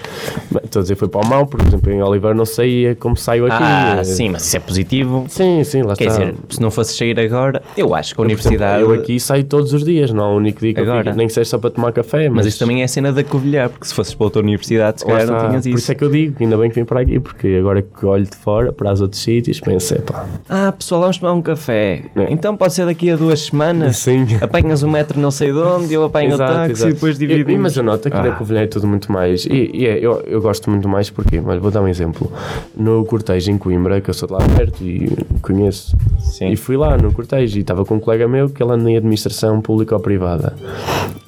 [SPEAKER 1] Mas, Estou a dizer, foi para o mal, por exemplo, em Oliver não saía como saio aqui.
[SPEAKER 3] Ah,
[SPEAKER 1] Eh,
[SPEAKER 3] sim, mas isso é positivo.
[SPEAKER 1] Sim, sim, lá
[SPEAKER 3] Quer
[SPEAKER 1] está.
[SPEAKER 3] dizer, se não fosse sair agora, eu acho que a
[SPEAKER 1] Por exemplo,
[SPEAKER 3] universidade.
[SPEAKER 1] eu aqui saio todos os dias, não há um único dia que eu
[SPEAKER 3] Agora.
[SPEAKER 1] fico, nem que seja só para tomar café, mas,
[SPEAKER 3] Mas isto também é a cena da Covilhã, porque se fosses para outra universidade, se
[SPEAKER 1] Lá
[SPEAKER 3] calhar
[SPEAKER 1] está.
[SPEAKER 3] não tinhas
[SPEAKER 1] Por isso
[SPEAKER 3] isso.
[SPEAKER 1] é que eu digo, que ainda bem que vim para aqui, porque agora que olho de fora para os outros sítios, penso, epá,
[SPEAKER 3] Ah, pessoal, vamos tomar um café.
[SPEAKER 1] É.
[SPEAKER 3] Então pode ser daqui a duas semanas.
[SPEAKER 1] Sim.
[SPEAKER 3] Apanhas um metro não sei de onde, eu apanho o táxi e depois Ah.
[SPEAKER 1] E- e-
[SPEAKER 3] dividimos.
[SPEAKER 1] Mas eu noto que na Covilhã é tudo muito mais. E, e é, eu, eu gosto muito mais porque, olha, vou dar um exemplo. No cortejo em Coimbra, que eu sou de lá perto e conheço.
[SPEAKER 3] Sim.
[SPEAKER 1] E fui lá no cortejo e estava com um colega meu que ele anda em administração pública ou privada.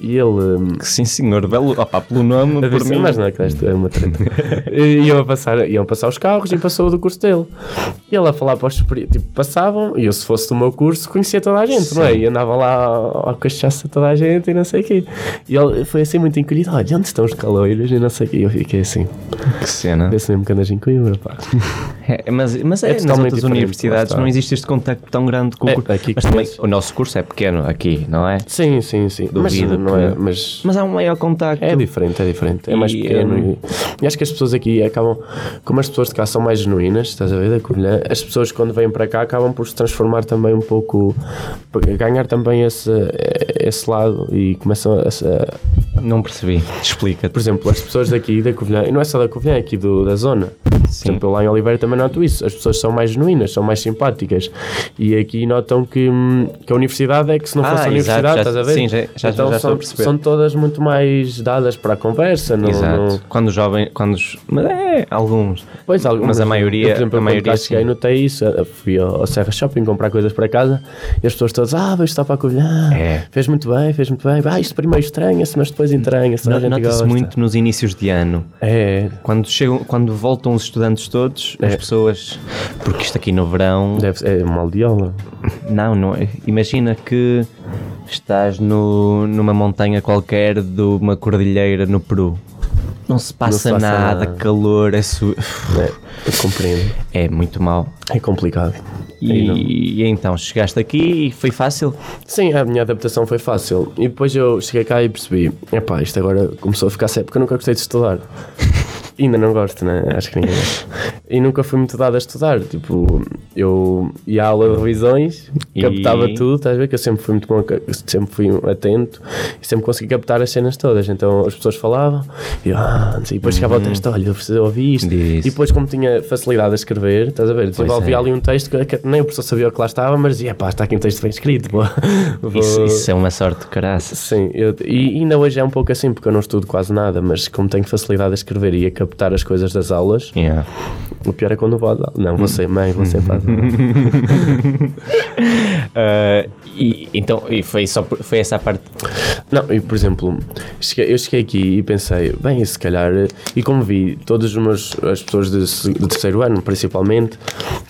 [SPEAKER 1] E ele. hum,
[SPEAKER 3] Sim, senhor, belo. Opa, pelo nome,
[SPEAKER 1] A ver
[SPEAKER 3] por
[SPEAKER 1] se-
[SPEAKER 3] mim.
[SPEAKER 1] mas não, que desta é uma treta. E iam, a passar, iam passar os carros e passou o do curso dele. E ele a falar para os superi- tipo, passavam, e eu se fosse do meu curso conhecia toda a gente, não é? E andava lá a cachaça toda a gente e não sei o quê. E ele foi assim muito encolhido, olha, onde estão os caloiros e não sei o quê. E eu fiquei assim,
[SPEAKER 3] Que cena.
[SPEAKER 1] parece mesmo que andas em Coimbra, pá.
[SPEAKER 3] É, mas mas é,
[SPEAKER 1] É
[SPEAKER 3] nas
[SPEAKER 1] totalmente
[SPEAKER 3] outras
[SPEAKER 1] diferente, lá
[SPEAKER 3] universidades
[SPEAKER 1] está.
[SPEAKER 3] não existe este contacto tão grande com o
[SPEAKER 1] É,
[SPEAKER 3] curso.
[SPEAKER 1] aqui
[SPEAKER 3] mas também
[SPEAKER 1] conheço.
[SPEAKER 3] o nosso curso é pequeno aqui, não é?
[SPEAKER 1] Sim, sim, sim. Mas
[SPEAKER 3] Duvido
[SPEAKER 1] não
[SPEAKER 3] que-
[SPEAKER 1] é, mas...
[SPEAKER 3] Mas há um maior contacto.
[SPEAKER 1] É diferente, é diferente. É mais
[SPEAKER 3] E,
[SPEAKER 1] pequeno.
[SPEAKER 3] hum,
[SPEAKER 1] e- E acho que as pessoas aqui acabam, como as pessoas de cá são mais genuínas, estás a ver, da Covilhã, as pessoas quando vêm para cá acabam por se transformar também um pouco, por ganhar também esse, esse lado e começam a, se- a-
[SPEAKER 3] Não percebi. Explica.
[SPEAKER 1] Por exemplo, as pessoas daqui da Covilhã, e não é só da Covilhã, é aqui do- da zona. Por exemplo, eu lá em Oliveira também noto isso. As pessoas são mais genuínas, são mais simpáticas. E aqui notam que, hum, que a universidade é que se não
[SPEAKER 3] Ah,
[SPEAKER 1] fosse a
[SPEAKER 3] exato,
[SPEAKER 1] universidade,
[SPEAKER 3] já-
[SPEAKER 1] estás a ver?
[SPEAKER 3] sim, já- já-
[SPEAKER 1] então
[SPEAKER 3] já estou
[SPEAKER 1] são,
[SPEAKER 3] a perceber.
[SPEAKER 1] são todas muito mais dadas para a conversa. Não,
[SPEAKER 3] Exato.
[SPEAKER 1] não-
[SPEAKER 3] Quando jovem, quando os, mas é, alguns.
[SPEAKER 1] Pois, algumas-
[SPEAKER 3] Mas a maioria-
[SPEAKER 1] eu, por exemplo,
[SPEAKER 3] a
[SPEAKER 1] eu
[SPEAKER 3] maioria,
[SPEAKER 1] quando cá cheguei,
[SPEAKER 3] sim.
[SPEAKER 1] notei isso. Eu eh, Fui ao, ao Serra Shopping comprar coisas para casa e as pessoas todas, ah, vejo estar para a Covilhã.
[SPEAKER 3] É.
[SPEAKER 1] Fez muito bem, fez muito bem. Ah, isto primeiro estranha-se, mas depois entranha-se. toda a
[SPEAKER 3] No-
[SPEAKER 1] gente
[SPEAKER 3] Nota-se
[SPEAKER 1] gosta."
[SPEAKER 3] muito nos inícios de ano.
[SPEAKER 1] É,
[SPEAKER 3] Quando, chegam, quando voltam os estudantes todos, as pessoas. Porque isto aqui no verão.
[SPEAKER 1] deve ser, é uma aldeola.
[SPEAKER 3] Não, não é. Imagina que estás no, numa montanha qualquer de uma cordilheira no Peru. Não se passa,
[SPEAKER 1] passa
[SPEAKER 3] nada,
[SPEAKER 1] nada.
[SPEAKER 3] calor, é, su...
[SPEAKER 1] É, eu compreendo.
[SPEAKER 3] é muito mal.
[SPEAKER 1] É complicado.
[SPEAKER 3] E, e então, chegaste aqui e foi fácil?
[SPEAKER 1] Sim, a minha adaptação foi fácil. E depois eu cheguei cá e percebi: epá, isto agora começou a ficar sério, porque eu nunca gostei de estudar. Ainda não gosto, né? Acho que ninguém gosta. E nunca fui muito dado a estudar. Tipo, eu ia à aula de revisões,
[SPEAKER 3] E-
[SPEAKER 1] captava tudo, estás a ver? Que eu sempre fui muito bom, eu sempre fui um atento e sempre consegui captar as cenas todas. Então as pessoas falavam e eu, ah, não sei. E depois chegava ao texto: olha, eu preciso ouvir isto.
[SPEAKER 3] Uhum. Diz.
[SPEAKER 1] E depois, como tinha facilidade a escrever, estás a ver? Desenvolvi
[SPEAKER 3] é.
[SPEAKER 1] ali um texto que- que nem o professor sabia o que lá estava, mas dizia, pá, está aqui um texto bem escrito. Vou, vou-
[SPEAKER 3] Isso, isso é uma sorte de caraças.
[SPEAKER 1] Sim, eu, e ainda hoje é um pouco assim, porque eu não estudo quase nada, mas como tenho facilidade a escrever e a captar as coisas das aulas,
[SPEAKER 3] Yeah.
[SPEAKER 1] o pior é quando vou às aulas.
[SPEAKER 3] Hum.
[SPEAKER 1] Não, vou ser mãe, vou ser pai. Uh,
[SPEAKER 3] Ah, e, então, e foi, só, por- foi essa a parte.
[SPEAKER 1] Não, e por exemplo, cheguei- eu cheguei aqui e pensei, bem, se calhar, e como vi todas os meus- as pessoas de, se- de terceiro ano, principalmente,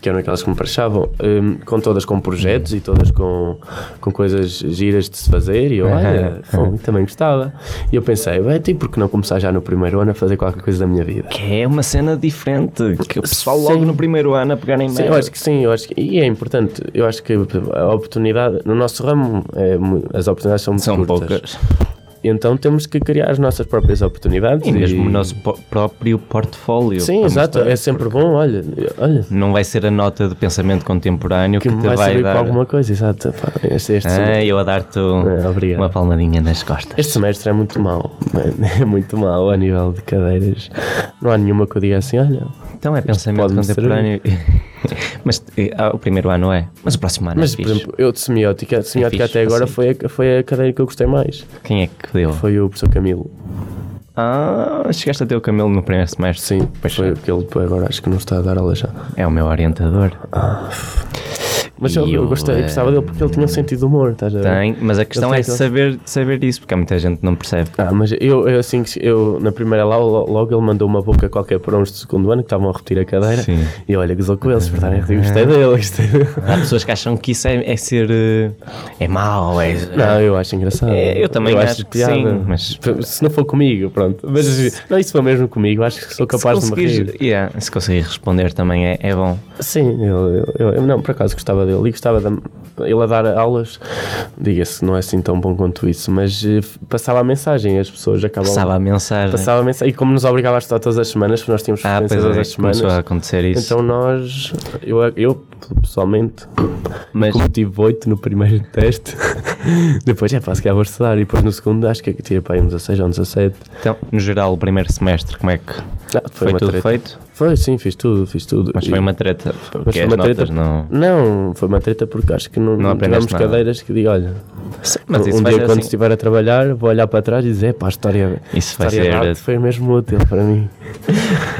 [SPEAKER 1] que eram aquelas que me parechavam, hum, com todas com projetos e todas com, com coisas giras de se fazer, e eu, olha, bom, também gostava. E eu pensei, bem, tem por que não começar já no primeiro ano a fazer qualquer coisa da minha vida?
[SPEAKER 3] Que é uma cena diferente. Que o pessoal logo no primeiro ano a pegarem
[SPEAKER 1] Sim, eu acho que sim, eu acho que, e é importante. Eu acho que a oportunidade, no nosso ramo, é mu- as oportunidades são muito
[SPEAKER 3] São
[SPEAKER 1] curtas.
[SPEAKER 3] poucas.
[SPEAKER 1] E então temos que criar as nossas próprias oportunidades.
[SPEAKER 3] E mesmo o nosso po- próprio portfólio.
[SPEAKER 1] Sim,
[SPEAKER 3] para
[SPEAKER 1] exato.
[SPEAKER 3] mostrar.
[SPEAKER 1] É sempre bom, olha, olha.
[SPEAKER 3] Não vai ser a nota de pensamento contemporâneo
[SPEAKER 1] Que
[SPEAKER 3] que,
[SPEAKER 1] me
[SPEAKER 3] te
[SPEAKER 1] vai
[SPEAKER 3] vai
[SPEAKER 1] servir para
[SPEAKER 3] dar.
[SPEAKER 1] alguma coisa, exato. Pá, Este, este,
[SPEAKER 3] Ah, eu a dar-te
[SPEAKER 1] É, obrigado.
[SPEAKER 3] uma palmadinha nas costas.
[SPEAKER 1] Este semestre é muito mau, é muito mau a nível de cadeiras. Não há nenhuma que eu diga assim, olha.
[SPEAKER 3] Então é pensamento
[SPEAKER 1] pode-me
[SPEAKER 3] contemporâneo. Mas eh, ah, o primeiro ano é. Mas o próximo ano
[SPEAKER 1] Mas,
[SPEAKER 3] é
[SPEAKER 1] por
[SPEAKER 3] fixe.
[SPEAKER 1] exemplo, eu de semiótica, de semiótica
[SPEAKER 3] fixe,
[SPEAKER 1] até agora
[SPEAKER 3] assim.
[SPEAKER 1] foi, a, foi a cadeira que eu gostei mais.
[SPEAKER 3] Quem é que deu?
[SPEAKER 1] Foi o professor Camilo.
[SPEAKER 3] Ah, chegaste a ter o Camilo no primeiro semestre.
[SPEAKER 1] Sim,
[SPEAKER 3] Pois
[SPEAKER 1] foi porque ele agora acho que não está a dar aula já.
[SPEAKER 3] é o meu orientador.
[SPEAKER 1] Mas eu,
[SPEAKER 3] E
[SPEAKER 1] eu
[SPEAKER 3] eu,
[SPEAKER 1] gostei, eu gostava dele porque ele tinha um sentido de humor, estás a ver?
[SPEAKER 3] Tem, mas a questão
[SPEAKER 1] sei
[SPEAKER 3] é
[SPEAKER 1] que ele-
[SPEAKER 3] saber, saber isso, porque há muita gente que não percebe.
[SPEAKER 1] Ah, mas eu, eu assim que eu na primeira lá lo- logo ele mandou uma boca qualquer para uns do segundo ano que estavam a repetir a cadeira
[SPEAKER 3] Sim. É.
[SPEAKER 1] e eu, olha, gozou com eles, portanto, eu gostei dele, gostei dele.
[SPEAKER 3] Há pessoas que acham que isso é, é ser. eh, É mau, é.
[SPEAKER 1] Não, eu acho engraçado.
[SPEAKER 3] É, eu também acho que
[SPEAKER 1] piada.
[SPEAKER 3] sim, mas-
[SPEAKER 1] Se não for comigo, pronto. Mas não, isso foi mesmo comigo, acho que sou capaz de
[SPEAKER 3] se
[SPEAKER 1] me rir.
[SPEAKER 3] conseguires, yeah, se conseguir responder também é, é bom.
[SPEAKER 1] Sim, eu, eu- eu- não, por acaso gostava dele e gostava de, ele a dar aulas, diga-se, não é assim tão bom quanto isso, mas eh, f- passava a mensagem, as pessoas acabavam.
[SPEAKER 3] Passava a mensagem.
[SPEAKER 1] Passava a mensagem, e como nos obrigava a estudar todas as semanas, porque nós tínhamos
[SPEAKER 3] ah,
[SPEAKER 1] frequência
[SPEAKER 3] pois
[SPEAKER 1] todas
[SPEAKER 3] é,
[SPEAKER 1] as semanas,
[SPEAKER 3] começou a acontecer isso.
[SPEAKER 1] então nós, eu, eu pessoalmente,
[SPEAKER 3] mas
[SPEAKER 1] como tive 8 no primeiro teste, depois é pá, se calhar vou estudar, e depois no segundo acho que tirei para aí um 16 ou um 17.
[SPEAKER 3] então, no geral, o primeiro semestre, como é que
[SPEAKER 1] Ah,
[SPEAKER 3] foi,
[SPEAKER 1] uma
[SPEAKER 3] tudo
[SPEAKER 1] treta.
[SPEAKER 3] feito?
[SPEAKER 1] Foi, sim, fiz tudo, fiz tudo.
[SPEAKER 3] Mas
[SPEAKER 1] E-
[SPEAKER 3] foi uma treta,
[SPEAKER 1] mas
[SPEAKER 3] porque
[SPEAKER 1] foi
[SPEAKER 3] as
[SPEAKER 1] uma
[SPEAKER 3] notas
[SPEAKER 1] treta.
[SPEAKER 3] não.
[SPEAKER 1] Não, foi uma treta porque acho que não,
[SPEAKER 3] Não
[SPEAKER 1] não
[SPEAKER 3] aprendeste
[SPEAKER 1] tivemos
[SPEAKER 3] nada.
[SPEAKER 1] cadeiras que diga, olha,
[SPEAKER 3] Sim, mas
[SPEAKER 1] um
[SPEAKER 3] isso vai
[SPEAKER 1] dia
[SPEAKER 3] ser
[SPEAKER 1] quando
[SPEAKER 3] assim.
[SPEAKER 1] estiver a trabalhar, vou olhar para trás e dizer, pá, a história,
[SPEAKER 3] Isso
[SPEAKER 1] a
[SPEAKER 3] vai
[SPEAKER 1] história
[SPEAKER 3] ser-
[SPEAKER 1] da arte foi mesmo útil para mim.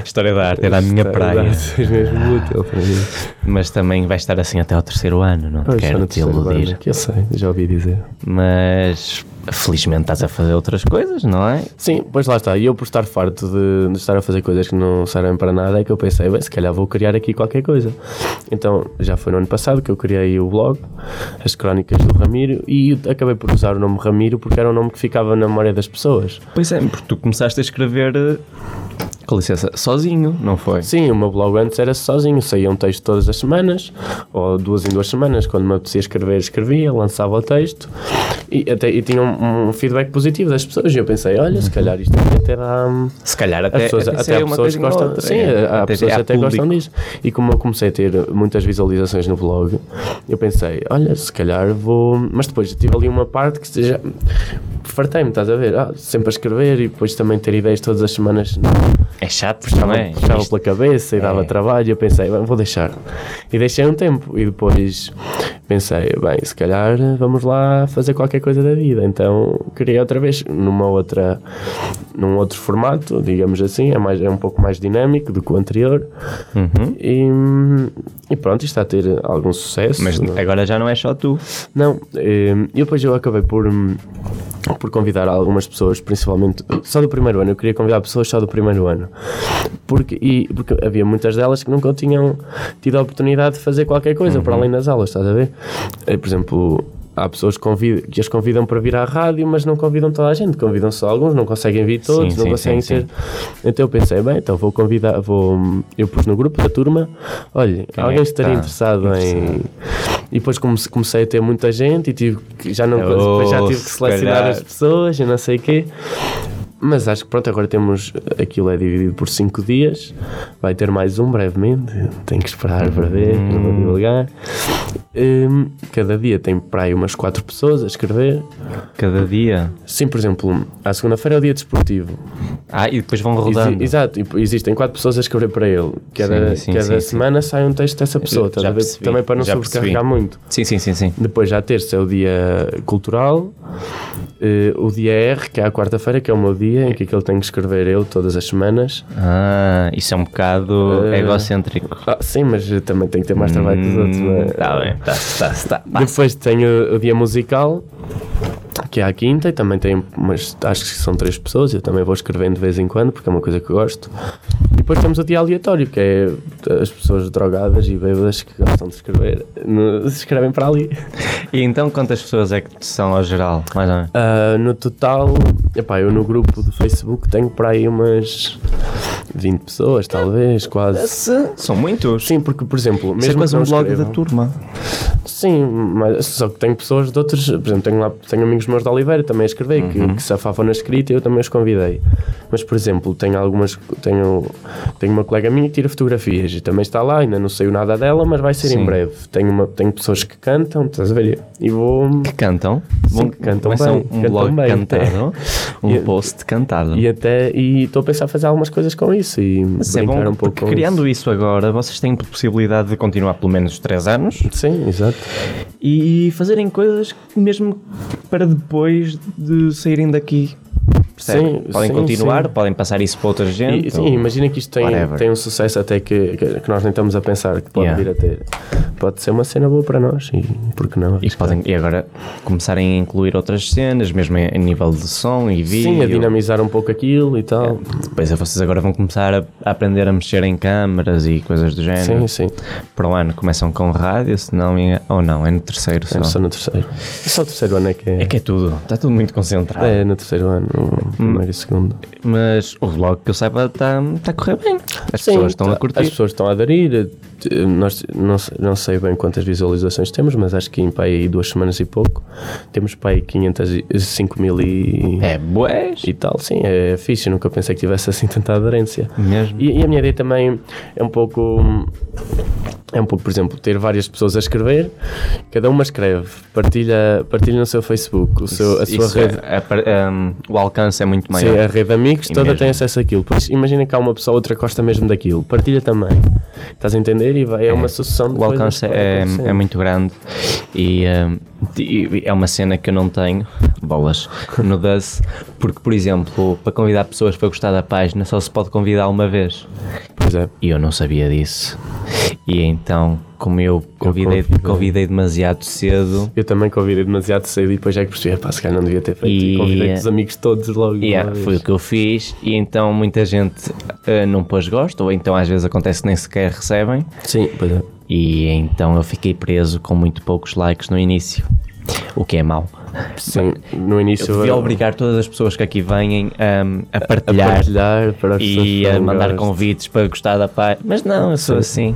[SPEAKER 3] História da arte era a minha
[SPEAKER 1] História
[SPEAKER 3] praia.
[SPEAKER 1] da arte Foi mesmo útil para mim.
[SPEAKER 3] Mas também vai estar assim até ao terceiro ano, não te
[SPEAKER 1] Pois, só
[SPEAKER 3] quero
[SPEAKER 1] no
[SPEAKER 3] te
[SPEAKER 1] terceiro
[SPEAKER 3] iludir.
[SPEAKER 1] ano, que Eu sei, já ouvi dizer.
[SPEAKER 3] Mas felizmente estás a fazer outras coisas, não é?
[SPEAKER 1] Sim, pois lá está. E eu, por estar farto de, de estar a fazer coisas que não servem para nada, é que eu pensei, bem, se calhar vou criar aqui qualquer coisa. Então, já foi no ano passado que eu criei o blog, as crónicas do Ramiro, e acabei por usar o nome Ramiro porque era um nome que ficava na memória das pessoas.
[SPEAKER 3] Pois é, porque tu começaste a escrever, eh, com licença, sozinho, não foi?
[SPEAKER 1] Sim, o meu blog antes era sozinho, saía um texto todas as semanas, ou duas em duas semanas, quando me apetecia escrever, escrevia, lançava o texto e, até, e tinha um, um feedback positivo das pessoas. E eu pensei, olha, se calhar isto até dá. hum,
[SPEAKER 3] Se calhar até,
[SPEAKER 1] As pessoas,
[SPEAKER 3] até,
[SPEAKER 1] até,
[SPEAKER 3] seria
[SPEAKER 1] há
[SPEAKER 3] é uma
[SPEAKER 1] pessoas que
[SPEAKER 3] coisa
[SPEAKER 1] gostam,
[SPEAKER 3] nova,
[SPEAKER 1] sim,
[SPEAKER 3] é.
[SPEAKER 1] há pessoas
[SPEAKER 3] há
[SPEAKER 1] até gostam
[SPEAKER 3] público.
[SPEAKER 1] disso. E como eu comecei a ter muitas visualizações no blog, eu pensei, olha, se calhar vou. Mas depois tive ali uma parte que já fartei-me, estás a ver? Ah, sempre a escrever e depois também ter ideias todas as semanas
[SPEAKER 3] É chato
[SPEAKER 1] puxava,
[SPEAKER 3] também.
[SPEAKER 1] puxava
[SPEAKER 3] Isto-
[SPEAKER 1] pela cabeça e dava
[SPEAKER 3] É.
[SPEAKER 1] trabalho. Eu pensei, bem, vou deixar. E deixei um tempo. E depois pensei, bem, se calhar vamos lá fazer qualquer coisa da vida. Então criei outra vez numa outra, num outro formato, digamos assim. É, mais, é um pouco mais dinâmico do que o anterior.
[SPEAKER 3] Uhum.
[SPEAKER 1] E, e pronto, isto está a ter algum sucesso.
[SPEAKER 3] Mas
[SPEAKER 1] não é?
[SPEAKER 3] agora já não é só tu.
[SPEAKER 1] Não, eh, e depois eu acabei por, hum, por convidar algumas pessoas, principalmente só do primeiro ano. Eu queria convidar pessoas só do primeiro ano, porque, e, porque havia muitas delas que nunca tinham tido a oportunidade de fazer qualquer coisa
[SPEAKER 3] Uhum.
[SPEAKER 1] para além das aulas, estás a ver? Eh, Por exemplo. Há pessoas que, convid- que as convidam para vir à rádio, mas não convidam toda a gente, convidam só alguns, não conseguem vir todos,
[SPEAKER 3] Sim,
[SPEAKER 1] não
[SPEAKER 3] sim,
[SPEAKER 1] conseguem
[SPEAKER 3] sim,
[SPEAKER 1] ter. Então eu pensei, bem, então vou convidar, vou. Eu pus no grupo da turma, olha, alguém
[SPEAKER 3] é que
[SPEAKER 1] estaria
[SPEAKER 3] tá
[SPEAKER 1] interessado em. E depois comece- comecei a ter muita gente e tive que, já não
[SPEAKER 3] Oh,
[SPEAKER 1] depois já tive que
[SPEAKER 3] se
[SPEAKER 1] selecionar
[SPEAKER 3] calhar.
[SPEAKER 1] as pessoas e não sei o quê. Mas acho que pronto, agora temos aquilo é dividido por 5 dias. Vai ter mais um brevemente. Tenho que esperar para ver,
[SPEAKER 3] Uhum.
[SPEAKER 1] que não vou divulgar. Hum, cada dia tem para aí umas 4 pessoas a escrever.
[SPEAKER 3] Cada dia.
[SPEAKER 1] Sim, por exemplo, à segunda-feira é o dia desportivo.
[SPEAKER 3] Ah, e depois vão
[SPEAKER 1] Exi-
[SPEAKER 3] rodando.
[SPEAKER 1] Exato, e existem quatro pessoas a escrever para ele. Cada,
[SPEAKER 3] Sim, sim,
[SPEAKER 1] cada
[SPEAKER 3] sim, sim.
[SPEAKER 1] semana sai um texto dessa pessoa,
[SPEAKER 3] Eu
[SPEAKER 1] estás
[SPEAKER 3] já
[SPEAKER 1] a ver?
[SPEAKER 3] percebi,
[SPEAKER 1] Também para não
[SPEAKER 3] já
[SPEAKER 1] sobrecarregar
[SPEAKER 3] percebi.
[SPEAKER 1] muito.
[SPEAKER 3] Sim, sim, sim, sim.
[SPEAKER 1] Depois, já terça, é o dia cultural. eh, o dia R, que é a quarta-feira, que é o meu dia em que aquilo tem que escrever eu todas as semanas.
[SPEAKER 3] Ah, isso é um bocado
[SPEAKER 1] Eh,
[SPEAKER 3] egocêntrico.
[SPEAKER 1] Ah, sim, mas eu também tem que ter mais trabalho que os outros, não é?
[SPEAKER 3] Está Hum, tá bem, tá. está, está, está.
[SPEAKER 1] Depois tenho o dia musical, que é à quinta, e também tem umas, acho que são três pessoas, eu também vou escrevendo de vez em quando, porque é uma coisa que eu gosto. E depois temos o dia aleatório, que é as pessoas drogadas e bêbadas que gostam de escrever, no- se escrevem para ali.
[SPEAKER 3] E então quantas pessoas é que são ao geral? Mais ou menos.
[SPEAKER 1] Ah, no total, epá, eu no grupo do Facebook tenho para aí umas 20 pessoas, talvez, quase.
[SPEAKER 3] São muitos.
[SPEAKER 1] Sim, porque, por exemplo,
[SPEAKER 3] Isso é
[SPEAKER 1] mesmo
[SPEAKER 3] quase
[SPEAKER 1] que
[SPEAKER 3] um
[SPEAKER 1] não
[SPEAKER 3] blog
[SPEAKER 1] escrevam-
[SPEAKER 3] da turma.
[SPEAKER 1] Sim, mas só que tenho pessoas de outros, por exemplo, tenho, lá, tenho amigos meus de Oliveira também a escrever,
[SPEAKER 3] Uhum.
[SPEAKER 1] que, que safavam na escrita e eu também os convidei. Mas, por exemplo, tenho algumas, tenho, tenho uma colega minha que tira fotografias e também está lá, ainda não saiu nada dela, mas vai ser em breve. Tenho, uma, tenho pessoas que cantam, estás a ver? E vou.
[SPEAKER 3] Que cantam.
[SPEAKER 1] Sim, que cantam
[SPEAKER 3] começa
[SPEAKER 1] bem,
[SPEAKER 3] Um
[SPEAKER 1] cantam
[SPEAKER 3] blog
[SPEAKER 1] bem, é.
[SPEAKER 3] cantado. Um
[SPEAKER 1] E-
[SPEAKER 3] post cantado.
[SPEAKER 1] E até e estou a pensar fazer algumas coisas com isso e
[SPEAKER 3] Isso é
[SPEAKER 1] brincar
[SPEAKER 3] bom,
[SPEAKER 1] um pouco
[SPEAKER 3] porque
[SPEAKER 1] com
[SPEAKER 3] criando isso. agora, vocês têm possibilidade de continuar pelo menos 3 anos
[SPEAKER 1] isso. Sim, exato.
[SPEAKER 3] e fazerem coisas mesmo para depois de saírem daqui. Percebe?
[SPEAKER 1] Sim,
[SPEAKER 3] podem
[SPEAKER 1] sim,
[SPEAKER 3] continuar,
[SPEAKER 1] sim.
[SPEAKER 3] podem passar isso para outra gente.
[SPEAKER 1] E, sim,
[SPEAKER 3] ou-
[SPEAKER 1] imagina que isto tem,
[SPEAKER 3] Então, whatever.
[SPEAKER 1] tem um sucesso até que, que, que nós nem estamos a pensar que pode
[SPEAKER 3] Yeah.
[SPEAKER 1] vir a ter. Pode ser uma cena boa para nós e porque não?
[SPEAKER 3] E, podem, e agora começarem a incluir outras cenas, mesmo em, em nível de som e vídeo.
[SPEAKER 1] Sim, a dinamizar um pouco aquilo e tal.
[SPEAKER 3] Depois vocês agora vão começar a, a aprender a mexer em câmaras e coisas do
[SPEAKER 1] Sim,
[SPEAKER 3] género.
[SPEAKER 1] sim.
[SPEAKER 3] Para o ano começam com rádio, se não me engano- Ou não, é no terceiro só.
[SPEAKER 1] É só no terceiro. Só o terceiro ano é que é.
[SPEAKER 3] É que Hum. é tudo, está tudo muito concentrado.
[SPEAKER 1] É, no terceiro ano, o primeiro e segundo.
[SPEAKER 3] Mas o vlog que eu saiba está tá a correr bem. As
[SPEAKER 1] Sim,
[SPEAKER 3] pessoas estão
[SPEAKER 1] tá-
[SPEAKER 3] a curtir.
[SPEAKER 1] As pessoas estão a aderir. eh, Nós, não, se- não sei bem quantas visualizações temos, mas acho que em pá, aí duas semanas e pouco. Temos para aí 500, e- 5 mil e,
[SPEAKER 3] É boés.
[SPEAKER 1] e tal. Sim, é fixe. Eu nunca pensei que tivesse assim tanta aderência.
[SPEAKER 3] Mesmo.
[SPEAKER 1] E, e a minha ideia também é um pouco. hum, É um pouco, por exemplo, ter várias pessoas a escrever, cada uma escreve, partilha, partilha no seu Facebook, o seu, a sua
[SPEAKER 3] Isso
[SPEAKER 1] rede.
[SPEAKER 3] é- é par- um, o alcance é muito
[SPEAKER 1] Sim,
[SPEAKER 3] maior.
[SPEAKER 1] a rede de amigos
[SPEAKER 3] E
[SPEAKER 1] toda
[SPEAKER 3] mesmo.
[SPEAKER 1] tem acesso àquilo. Pois imagina que há uma pessoa, outra gosta mesmo daquilo. Partilha também. Estás a entender? E vai, é, uma sucessão de
[SPEAKER 3] O alcance
[SPEAKER 1] coisas que
[SPEAKER 3] é,
[SPEAKER 1] vai
[SPEAKER 3] é
[SPEAKER 1] acontecendo.
[SPEAKER 3] muito grande e, hum, e- e é uma cena que eu não tenho, bolas, no Dust, porque, por exemplo, para convidar pessoas para gostar da página só se pode convidar uma vez.
[SPEAKER 1] Pois é.
[SPEAKER 3] E eu não sabia disso. E então, como eu convidei,
[SPEAKER 1] convidei.
[SPEAKER 3] convidei demasiado cedo,
[SPEAKER 1] Eu também convidei demasiado cedo e depois é que percebi, pá, se calhar não devia ter feito. E,
[SPEAKER 3] E-
[SPEAKER 1] convidei os amigos todos logo. de uma
[SPEAKER 3] Yeah,
[SPEAKER 1] vez.
[SPEAKER 3] foi o que eu fiz e então muita gente eh, não pôs gosto ou então às vezes acontece que nem sequer recebem
[SPEAKER 1] Sim, pois é.
[SPEAKER 3] e então eu fiquei preso com muito poucos likes no início, o que é mau.
[SPEAKER 1] Sim, no início
[SPEAKER 3] Eu devia obrigar todas as pessoas que aqui vêm hum, a partilhar,
[SPEAKER 1] partilhar para as pessoas
[SPEAKER 3] e
[SPEAKER 1] que
[SPEAKER 3] a
[SPEAKER 1] não
[SPEAKER 3] mandar
[SPEAKER 1] gostam.
[SPEAKER 3] convites para gostar da paz, mas não, eu sou assim.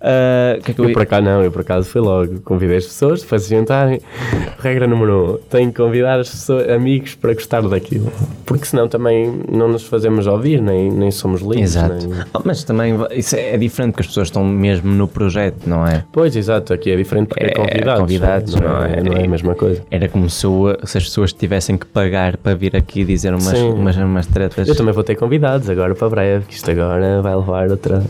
[SPEAKER 3] Ah, o que é que eu
[SPEAKER 1] Eu
[SPEAKER 3] ia-
[SPEAKER 1] por acaso não, eu por acaso fui logo. Convidei as pessoas para se jantarem. Regra número um: tenho que convidar as pessoas, amigos para gostar daquilo. Porque senão também não nos fazemos ouvir, nem, nem somos livres.
[SPEAKER 3] Exato.
[SPEAKER 1] nem-
[SPEAKER 3] Ah, mas também va- isso é é diferente que as pessoas estão mesmo no projeto, não é?
[SPEAKER 1] Pois, exato, aqui é diferente porque é,
[SPEAKER 3] É,
[SPEAKER 1] convidados.
[SPEAKER 3] convidados,
[SPEAKER 1] não, é, não é a mesma coisa.
[SPEAKER 3] Era como se, o- se as pessoas tivessem que pagar para vir aqui dizer umas,
[SPEAKER 1] Sim.
[SPEAKER 3] umas, umas tretas.
[SPEAKER 1] Eu também vou ter convidados agora para breve, que isto agora vai levar outra.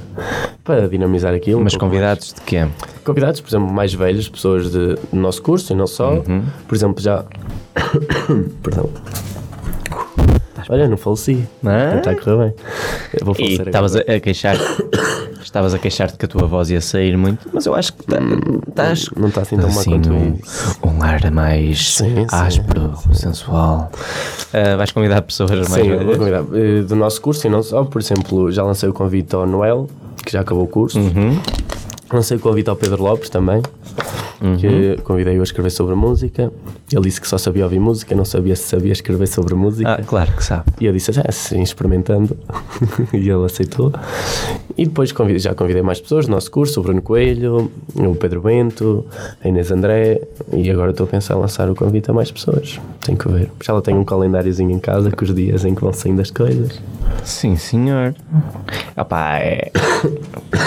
[SPEAKER 1] para dinamizar aquilo. um
[SPEAKER 3] Mas
[SPEAKER 1] pouco
[SPEAKER 3] convidados de quê?
[SPEAKER 1] convidados, por exemplo, mais velhos, pessoas de, do nosso curso e não só. Por exemplo, já. Perdão. Olha, não faleci.
[SPEAKER 3] Ah?
[SPEAKER 1] Está Então tá a correr bem. Eu vou
[SPEAKER 3] E
[SPEAKER 1] falecer
[SPEAKER 3] estavas a, a queixar Estavas a queixar-te que a tua voz ia sair muito Mas eu acho que tá- estás
[SPEAKER 1] não tá assim tão má quanto
[SPEAKER 3] um, um ar mais
[SPEAKER 1] Sim, sim,
[SPEAKER 3] áspero, sensual Ah, Vais convidar pessoas mais
[SPEAKER 1] Sim,
[SPEAKER 3] velhas?
[SPEAKER 1] vou convidar. eh, Do nosso curso e não só. Por exemplo, já lancei o convite ao Noel, que já acabou o curso. Lancei o convite ao Pedro Lopes também, que convidei-o a escrever sobre música. Ele disse que só sabia ouvir música, não sabia se sabia escrever sobre música.
[SPEAKER 3] Ah, claro que sabe
[SPEAKER 1] E eu disse, ah, sim, experimentando. e ele aceitou. E depois convidei- já convidei mais pessoas do nosso curso, o Bruno Coelho, o Pedro Bento, a Inês André. E agora estou a pensar em lançar o convite a mais pessoas. Tenho que ver. Já ela tem um calendáriozinho em casa com os dias em que vão saindo as coisas.
[SPEAKER 3] Sim, senhor. Opá, é.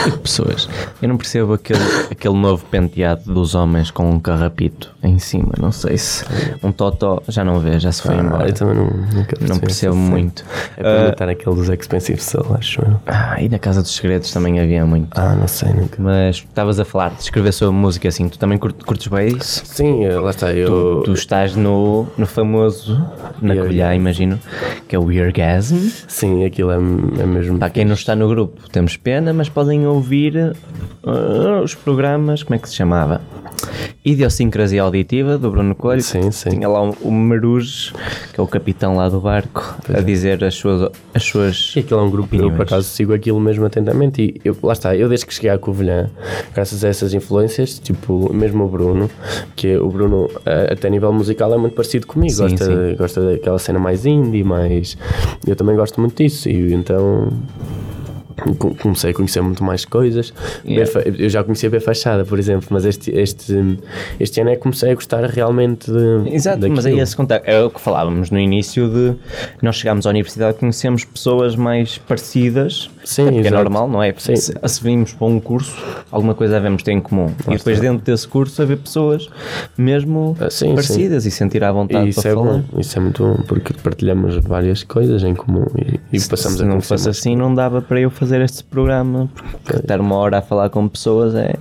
[SPEAKER 3] E pessoas. Eu não percebo aquele, aquele novo penteado dos homens com um carrapito em cima. Não sei se. Um totó. Já não vê, já se foi
[SPEAKER 1] Ah,
[SPEAKER 3] embora.
[SPEAKER 1] eu também não, nunca
[SPEAKER 3] Não percebo
[SPEAKER 1] essa cena.
[SPEAKER 3] muito.
[SPEAKER 1] É para matar aquele dos Expensive Soul, acho eu.
[SPEAKER 3] Ah, e na Casa dos Segredos também havia muito.
[SPEAKER 1] Ah, não sei, nunca.
[SPEAKER 3] Mas estavas a falar de escrever sobre música assim. Tu também cur- curtes bem isso?
[SPEAKER 1] Sim, eh, lá está, eu...
[SPEAKER 3] Tu estás no, no famoso. Na
[SPEAKER 1] Yeah,
[SPEAKER 3] Colhá, imagino. Que é o Eargasm.
[SPEAKER 1] Sim, aquilo é, é mesmo...
[SPEAKER 3] Para quem não está no grupo, temos pena, mas podem ouvir ah, os programas, como é que se chamava? Idiosincrasia Auditiva, do Bruno Coelho.
[SPEAKER 1] Sim, sim.
[SPEAKER 3] Tinha lá o, o Marujo, que é o capitão lá do barco,
[SPEAKER 1] é.
[SPEAKER 3] a dizer as suas... As suas...
[SPEAKER 1] E aquilo é um grupo, eu por acaso sigo aquilo mesmo atentamente e eu- lá está, eu desde que cheguei à Covilhã, graças a essas influências, tipo, mesmo o Bruno, que o Bruno eh, até nível musical é muito parecido comigo, gosta, gosta daquela cena mais indie, mais... Eu também gosto muito disso e então... co- comecei a conhecer muito mais coisas. Ver fa- Eu já conhecia bem fachada, por exemplo, mas este, este, este ano é que comecei a gostar realmente de,
[SPEAKER 3] Exato, mas é
[SPEAKER 1] daquilo.
[SPEAKER 3] esse contacto. É o que falávamos no início de nós chegámos à universidade conhecemos pessoas mais parecidas.
[SPEAKER 1] Sim,
[SPEAKER 3] É porque é
[SPEAKER 1] exato.
[SPEAKER 3] normal, não é?
[SPEAKER 1] Sim.
[SPEAKER 3] Se, se vimos para um curso, alguma coisa devemos ter em comum. e depois dentro desse curso haver pessoas mesmo
[SPEAKER 1] Ah, sim, sim.
[SPEAKER 3] parecidas e sentir à vontade
[SPEAKER 1] E isso
[SPEAKER 3] para
[SPEAKER 1] é
[SPEAKER 3] falar.
[SPEAKER 1] bom, isso é muito bom, porque partilhamos várias coisas em comum e, e passamos
[SPEAKER 3] se
[SPEAKER 1] a
[SPEAKER 3] não
[SPEAKER 1] conhecer
[SPEAKER 3] fosse
[SPEAKER 1] mais.
[SPEAKER 3] assim, não dava para eu fazer este programa, porque estar uma hora a falar com pessoas é.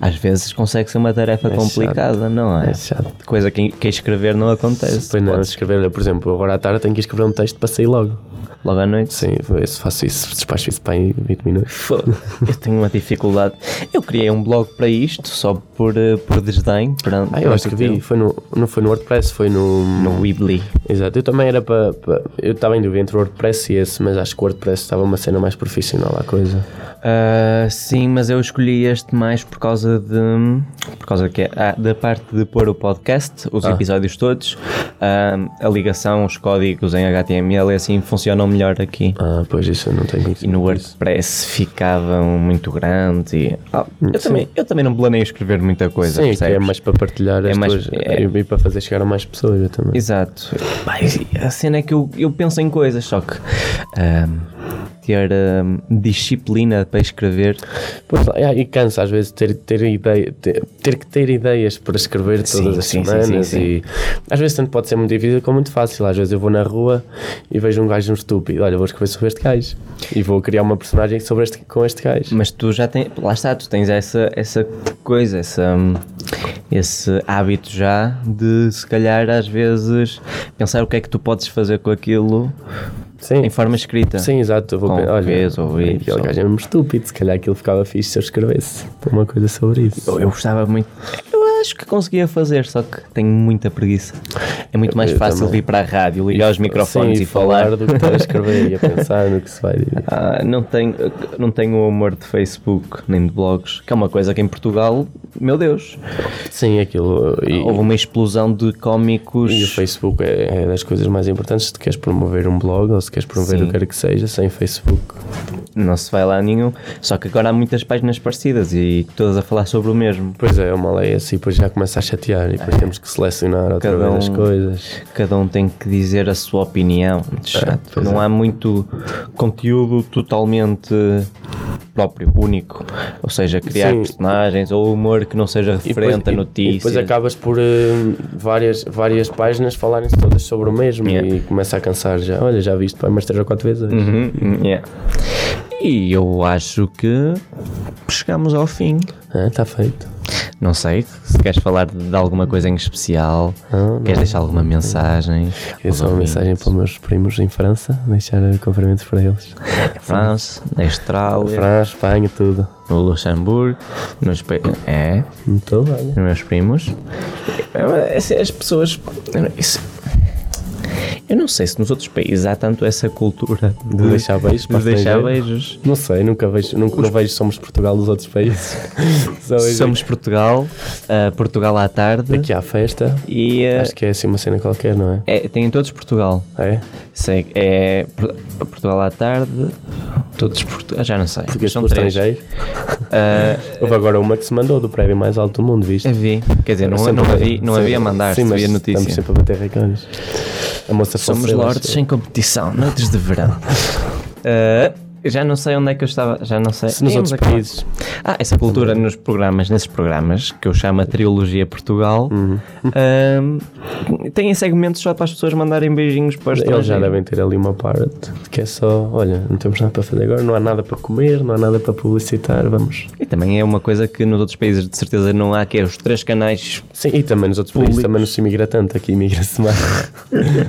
[SPEAKER 3] Às vezes consegue ser uma tarefa complicada, não é?
[SPEAKER 1] É chato.
[SPEAKER 3] Coisa que, que escrever não acontece.
[SPEAKER 1] Depois não, é escrever, olha, por exemplo, agora à tarde tenho que escrever um texto para sair logo.
[SPEAKER 3] Logo à noite.
[SPEAKER 1] Sim, eu faço isso, despacho isso para aí 20 minutos.
[SPEAKER 3] Pô, Eu tenho uma dificuldade. Eu criei um blog para isto, só por, eh, por desdém. perante-
[SPEAKER 1] Ah, eu acho que
[SPEAKER 3] perante o
[SPEAKER 1] vi, foi no, não foi no WordPress, foi no.
[SPEAKER 3] teu- No Weebly.
[SPEAKER 1] Exato, eu também era para. para- eu estava em dúvida entre o WordPress e esse, mas acho que o WordPress estava uma cena mais profissional à coisa.
[SPEAKER 3] Ah, sim, mas eu escolhi este mais por causa de. Por causa que é- ah, da parte de pôr o podcast, os episódios todos, ah, a ligação, os códigos em HTML e assim funcionam melhor aqui.
[SPEAKER 1] Ah, pois isso eu não tenho
[SPEAKER 3] E no
[SPEAKER 1] conhecimento. disso.
[SPEAKER 3] WordPress ficavam muito grandes e. Ah, eu, também, eu também não planeio escrever muita coisa,
[SPEAKER 1] Sim, que
[SPEAKER 3] percebes?
[SPEAKER 1] é mais para partilhar as
[SPEAKER 3] mais-
[SPEAKER 1] tuas-
[SPEAKER 3] é-
[SPEAKER 1] e- e para fazer chegar a mais pessoas eu também.
[SPEAKER 3] Exato. Pá, e a cena é que eu, eu penso em coisas, só que ahm, ter ahm, disciplina para escrever.
[SPEAKER 1] Pois, lá, ah, e cansa às vezes ter, ter, ideia, ter, ter que ter ideias para escrever todas
[SPEAKER 3] Sim,
[SPEAKER 1] as
[SPEAKER 3] sim, sim,
[SPEAKER 1] semanas
[SPEAKER 3] sim, sim.
[SPEAKER 1] e às vezes tanto pode ser muito difícil como muito fácil. Às vezes eu vou na rua e vejo um gajo um estúpido, olha, vou escrever sobre este gajo e vou criar uma personagem sobre este, com este gajo.
[SPEAKER 3] Mas tu já tens. Lá está, tu tens essa, essa coisa, essa, hum, esse hábito já de se calhar às vezes pensar o que é que tu podes fazer com aquilo
[SPEAKER 1] Sim.
[SPEAKER 3] em forma escrita.
[SPEAKER 1] Sim, exato. Eu vou
[SPEAKER 3] Com
[SPEAKER 1] pensar, olha,
[SPEAKER 3] Vs ou Ys,
[SPEAKER 1] aquele
[SPEAKER 3] ou-
[SPEAKER 1] gajo é mesmo estúpido. Se calhar aquilo ficava fixe se eu escrevesse uma coisa sobre isso.
[SPEAKER 3] Eu, eu gostava muito. Eu acho que conseguia fazer, só que tenho muita preguiça. É muito mais
[SPEAKER 1] eu
[SPEAKER 3] fácil
[SPEAKER 1] também.
[SPEAKER 3] vir para a rádio, ligar os microfones
[SPEAKER 1] Sim,
[SPEAKER 3] e falar.
[SPEAKER 1] do que estou a escrever e a pensar no que se vai dizer.
[SPEAKER 3] Ah, não, tenho, não tenho o amor de Facebook nem de blogs, que é uma coisa que em Portugal, meu Deus,
[SPEAKER 1] Sim, aquilo. E,
[SPEAKER 3] houve uma explosão de cómicos.
[SPEAKER 1] E o Facebook é, é das coisas mais importantes. Se tu queres promover um blog ou se queres promover
[SPEAKER 3] Sim.
[SPEAKER 1] o que quer que seja, sem Facebook.
[SPEAKER 3] Não se vai lá nenhum. Só que agora há muitas páginas parecidas e todas a falar sobre o mesmo.
[SPEAKER 1] Pois é, é uma lei assim, depois já começa a chatear e depois temos que selecionar outra
[SPEAKER 3] É. Cada
[SPEAKER 1] vez as
[SPEAKER 3] um-
[SPEAKER 1] coisas.
[SPEAKER 3] Cada um tem que dizer a sua opinião. Muito chato.
[SPEAKER 1] pois
[SPEAKER 3] não há muito conteúdo totalmente próprio, único. Ou seja, criar
[SPEAKER 1] Sim.
[SPEAKER 3] personagens ou humor que não seja referente a
[SPEAKER 1] e-
[SPEAKER 3] notícias.
[SPEAKER 1] e depois é acabas por eh, várias, várias páginas falarem todas sobre o mesmo
[SPEAKER 3] Yeah.
[SPEAKER 1] e começa a cansar já. Olha, já vi isto para mais três ou quatro vezes. hoje.
[SPEAKER 3] Uhum, yeah. E eu acho que chegamos ao fim.
[SPEAKER 1] Ah, está feito.
[SPEAKER 3] Não sei se queres falar de alguma coisa em especial, queres deixar alguma mensagem.
[SPEAKER 1] Ah, Queria só uma mensagem para os meus primos em França, deixar eh, cumprimentos para eles.
[SPEAKER 3] França, na Austrália,
[SPEAKER 1] França, Espanha, tudo.
[SPEAKER 3] no Luxemburgo, nos pe- é,
[SPEAKER 1] Muito bem.
[SPEAKER 3] nos meus primos. É, é, As pessoas. isso- Eu não sei se nos outros países há tanto essa cultura de,
[SPEAKER 1] De deixar beijos para
[SPEAKER 3] de deixar
[SPEAKER 1] estrangeiros.
[SPEAKER 3] beijos.
[SPEAKER 1] Não sei, nunca vejo, nunca não vejo Somos Portugal dos outros países. Só vejo
[SPEAKER 3] Somos Portugal, ah, Portugal à tarde
[SPEAKER 1] aqui à festa.
[SPEAKER 3] e ah,
[SPEAKER 1] Acho que é assim uma cena qualquer, não é?
[SPEAKER 3] É, tem em todos Portugal.
[SPEAKER 1] É?
[SPEAKER 3] Sei, é Por- Portugal à tarde, todos Portugal. Já não sei.
[SPEAKER 1] Português
[SPEAKER 3] são
[SPEAKER 1] pelo
[SPEAKER 3] três.
[SPEAKER 1] estrangeiro.
[SPEAKER 3] Ah,
[SPEAKER 1] Houve agora uma que se mandou do prédio mais alto do mundo, viste?
[SPEAKER 3] vi. Quer dizer, não,
[SPEAKER 1] Sempre-
[SPEAKER 3] não, havia, não
[SPEAKER 1] Sim,
[SPEAKER 3] havia mandar,
[SPEAKER 1] sim,
[SPEAKER 3] não
[SPEAKER 1] mas
[SPEAKER 3] havia notícia.
[SPEAKER 1] Estamos sempre a bater recordes. A moça
[SPEAKER 3] Somos
[SPEAKER 1] Fonseca,
[SPEAKER 3] lordes
[SPEAKER 1] acho eu.
[SPEAKER 3] sem competição, noites de verão. Ah, já não sei onde é que eu estava, já não sei.
[SPEAKER 1] Se nos
[SPEAKER 3] Ih,
[SPEAKER 1] outros
[SPEAKER 3] mas aquela-
[SPEAKER 1] países.
[SPEAKER 3] Ah, essa cultura nos programas, nesses programas que eu chamo a Trilogia Portugal,
[SPEAKER 1] Uhum.
[SPEAKER 3] ah, têm segmentos só para as pessoas mandarem beijinhos para os
[SPEAKER 1] Eles já
[SPEAKER 3] estrangeiros.
[SPEAKER 1] devem ter ali uma parte que é só, olha, não temos nada para fazer agora, não há nada para comer, não há nada para publicitar, vamos.
[SPEAKER 3] E também é uma coisa que nos outros países de certeza não há, que é os três canais.
[SPEAKER 1] Sim, e também nos outros países também não se imigra tanto, aqui imigra-se mais.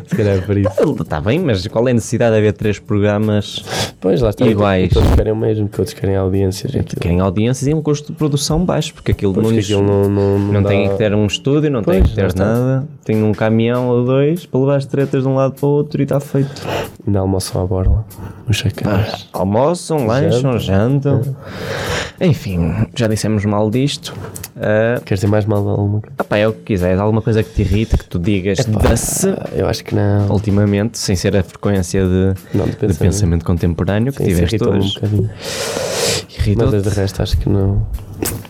[SPEAKER 1] se calhar é por isso.
[SPEAKER 3] Está bem, mas qual é a necessidade de haver três programas
[SPEAKER 1] Pois lá está.
[SPEAKER 3] Iguais.
[SPEAKER 1] Todos querem o mesmo, que outros querem audiências. e aquilo.
[SPEAKER 3] É que têm audiências e um custo de produção baixo? Porque aquilo
[SPEAKER 1] Pois
[SPEAKER 3] não,
[SPEAKER 1] que
[SPEAKER 3] lhes-
[SPEAKER 1] aquilo não, não, não
[SPEAKER 3] não
[SPEAKER 1] dá-
[SPEAKER 3] tem que ter um estúdio, não tem
[SPEAKER 1] Pois,
[SPEAKER 3] que
[SPEAKER 1] lá
[SPEAKER 3] ter
[SPEAKER 1] está.
[SPEAKER 3] nada. Tem um caminhão ou dois para levar as tretas de um lado para o outro e está feito.
[SPEAKER 1] Ainda almoçam à borla. Os chacais.
[SPEAKER 3] Ah. Almoçam, lancham, jantam.
[SPEAKER 1] É.
[SPEAKER 3] Enfim, já dissemos mal disto. Ah,
[SPEAKER 1] Queres dizer mais mal de alguma coisa?
[SPEAKER 3] opá, é o que quiseres, alguma coisa que te irrite, que tu digas da
[SPEAKER 1] Eu acho que não.
[SPEAKER 3] ultimamente, sem ser a frequência de,
[SPEAKER 1] Não, de
[SPEAKER 3] de pensamento.
[SPEAKER 1] pensamento.
[SPEAKER 3] contemporâneo que
[SPEAKER 1] Sim,
[SPEAKER 2] tiveste
[SPEAKER 1] irritou-me um
[SPEAKER 2] hoje.
[SPEAKER 1] bocadinho.
[SPEAKER 2] Irritou-te?
[SPEAKER 1] Mas de resto acho que não.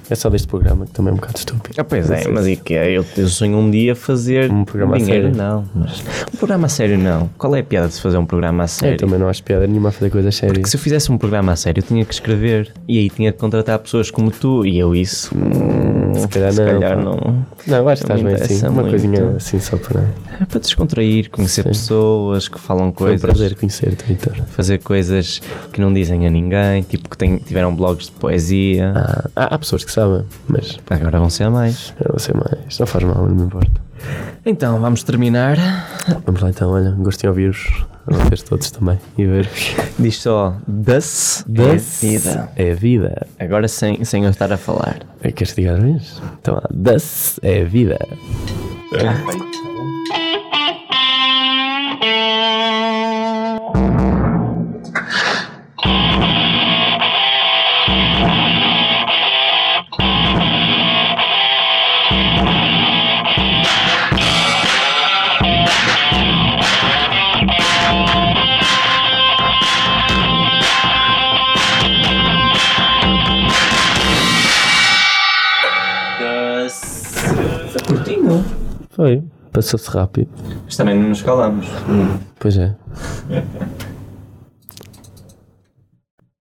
[SPEAKER 1] É só deste programa que também é um bocado estúpido.
[SPEAKER 3] Ah, pois é, mas e que é? eu, eu sonho um dia fazer
[SPEAKER 1] Um programa a
[SPEAKER 3] dinheiro,
[SPEAKER 1] sério.
[SPEAKER 3] não. Mas um programa a sério não. Qual é a piada de se fazer um programa a
[SPEAKER 1] Eu
[SPEAKER 3] sério?
[SPEAKER 1] também não acho piada nenhuma a fazer coisas sérias.
[SPEAKER 3] Se eu fizesse um programa a sério, eu tinha que escrever e aí tinha que contratar pessoas como tu e eu isso. hum,
[SPEAKER 1] Se calhar
[SPEAKER 3] se
[SPEAKER 1] não,
[SPEAKER 3] calhar
[SPEAKER 1] pá.
[SPEAKER 3] não.
[SPEAKER 1] Não, eu acho que
[SPEAKER 3] Não
[SPEAKER 1] estás
[SPEAKER 3] me
[SPEAKER 1] bem assim.
[SPEAKER 3] interessa
[SPEAKER 1] Uma
[SPEAKER 3] muito.
[SPEAKER 1] coisinha assim só para.
[SPEAKER 3] É para descontrair, conhecer pessoas que falam
[SPEAKER 1] Foi um
[SPEAKER 3] coisas.
[SPEAKER 1] prazer conhecer-te, Vitor.
[SPEAKER 3] Fazer coisas que não dizem a ninguém, tipo que têm- tiveram blogs de poesia.
[SPEAKER 1] Ah, há, há pessoas que sabem, mas
[SPEAKER 3] Agora vão ser a mais.
[SPEAKER 1] eu não sei mais. Não faz mal, não me importa.
[SPEAKER 3] Então, vamos terminar.
[SPEAKER 1] Vamos lá então, olha, gosto de ouvir-vos, a vocês todos também, e ver-vos.
[SPEAKER 3] Diz só, das
[SPEAKER 1] Das
[SPEAKER 3] é vida.
[SPEAKER 1] é vida.
[SPEAKER 3] Agora sem, sem eu estar a falar.
[SPEAKER 1] É que este diga isso? Então, lá, das é vida.
[SPEAKER 3] Curtinho.
[SPEAKER 1] Foi, passou-se rápido.
[SPEAKER 3] Mas também não nos calamos.
[SPEAKER 1] Pois é.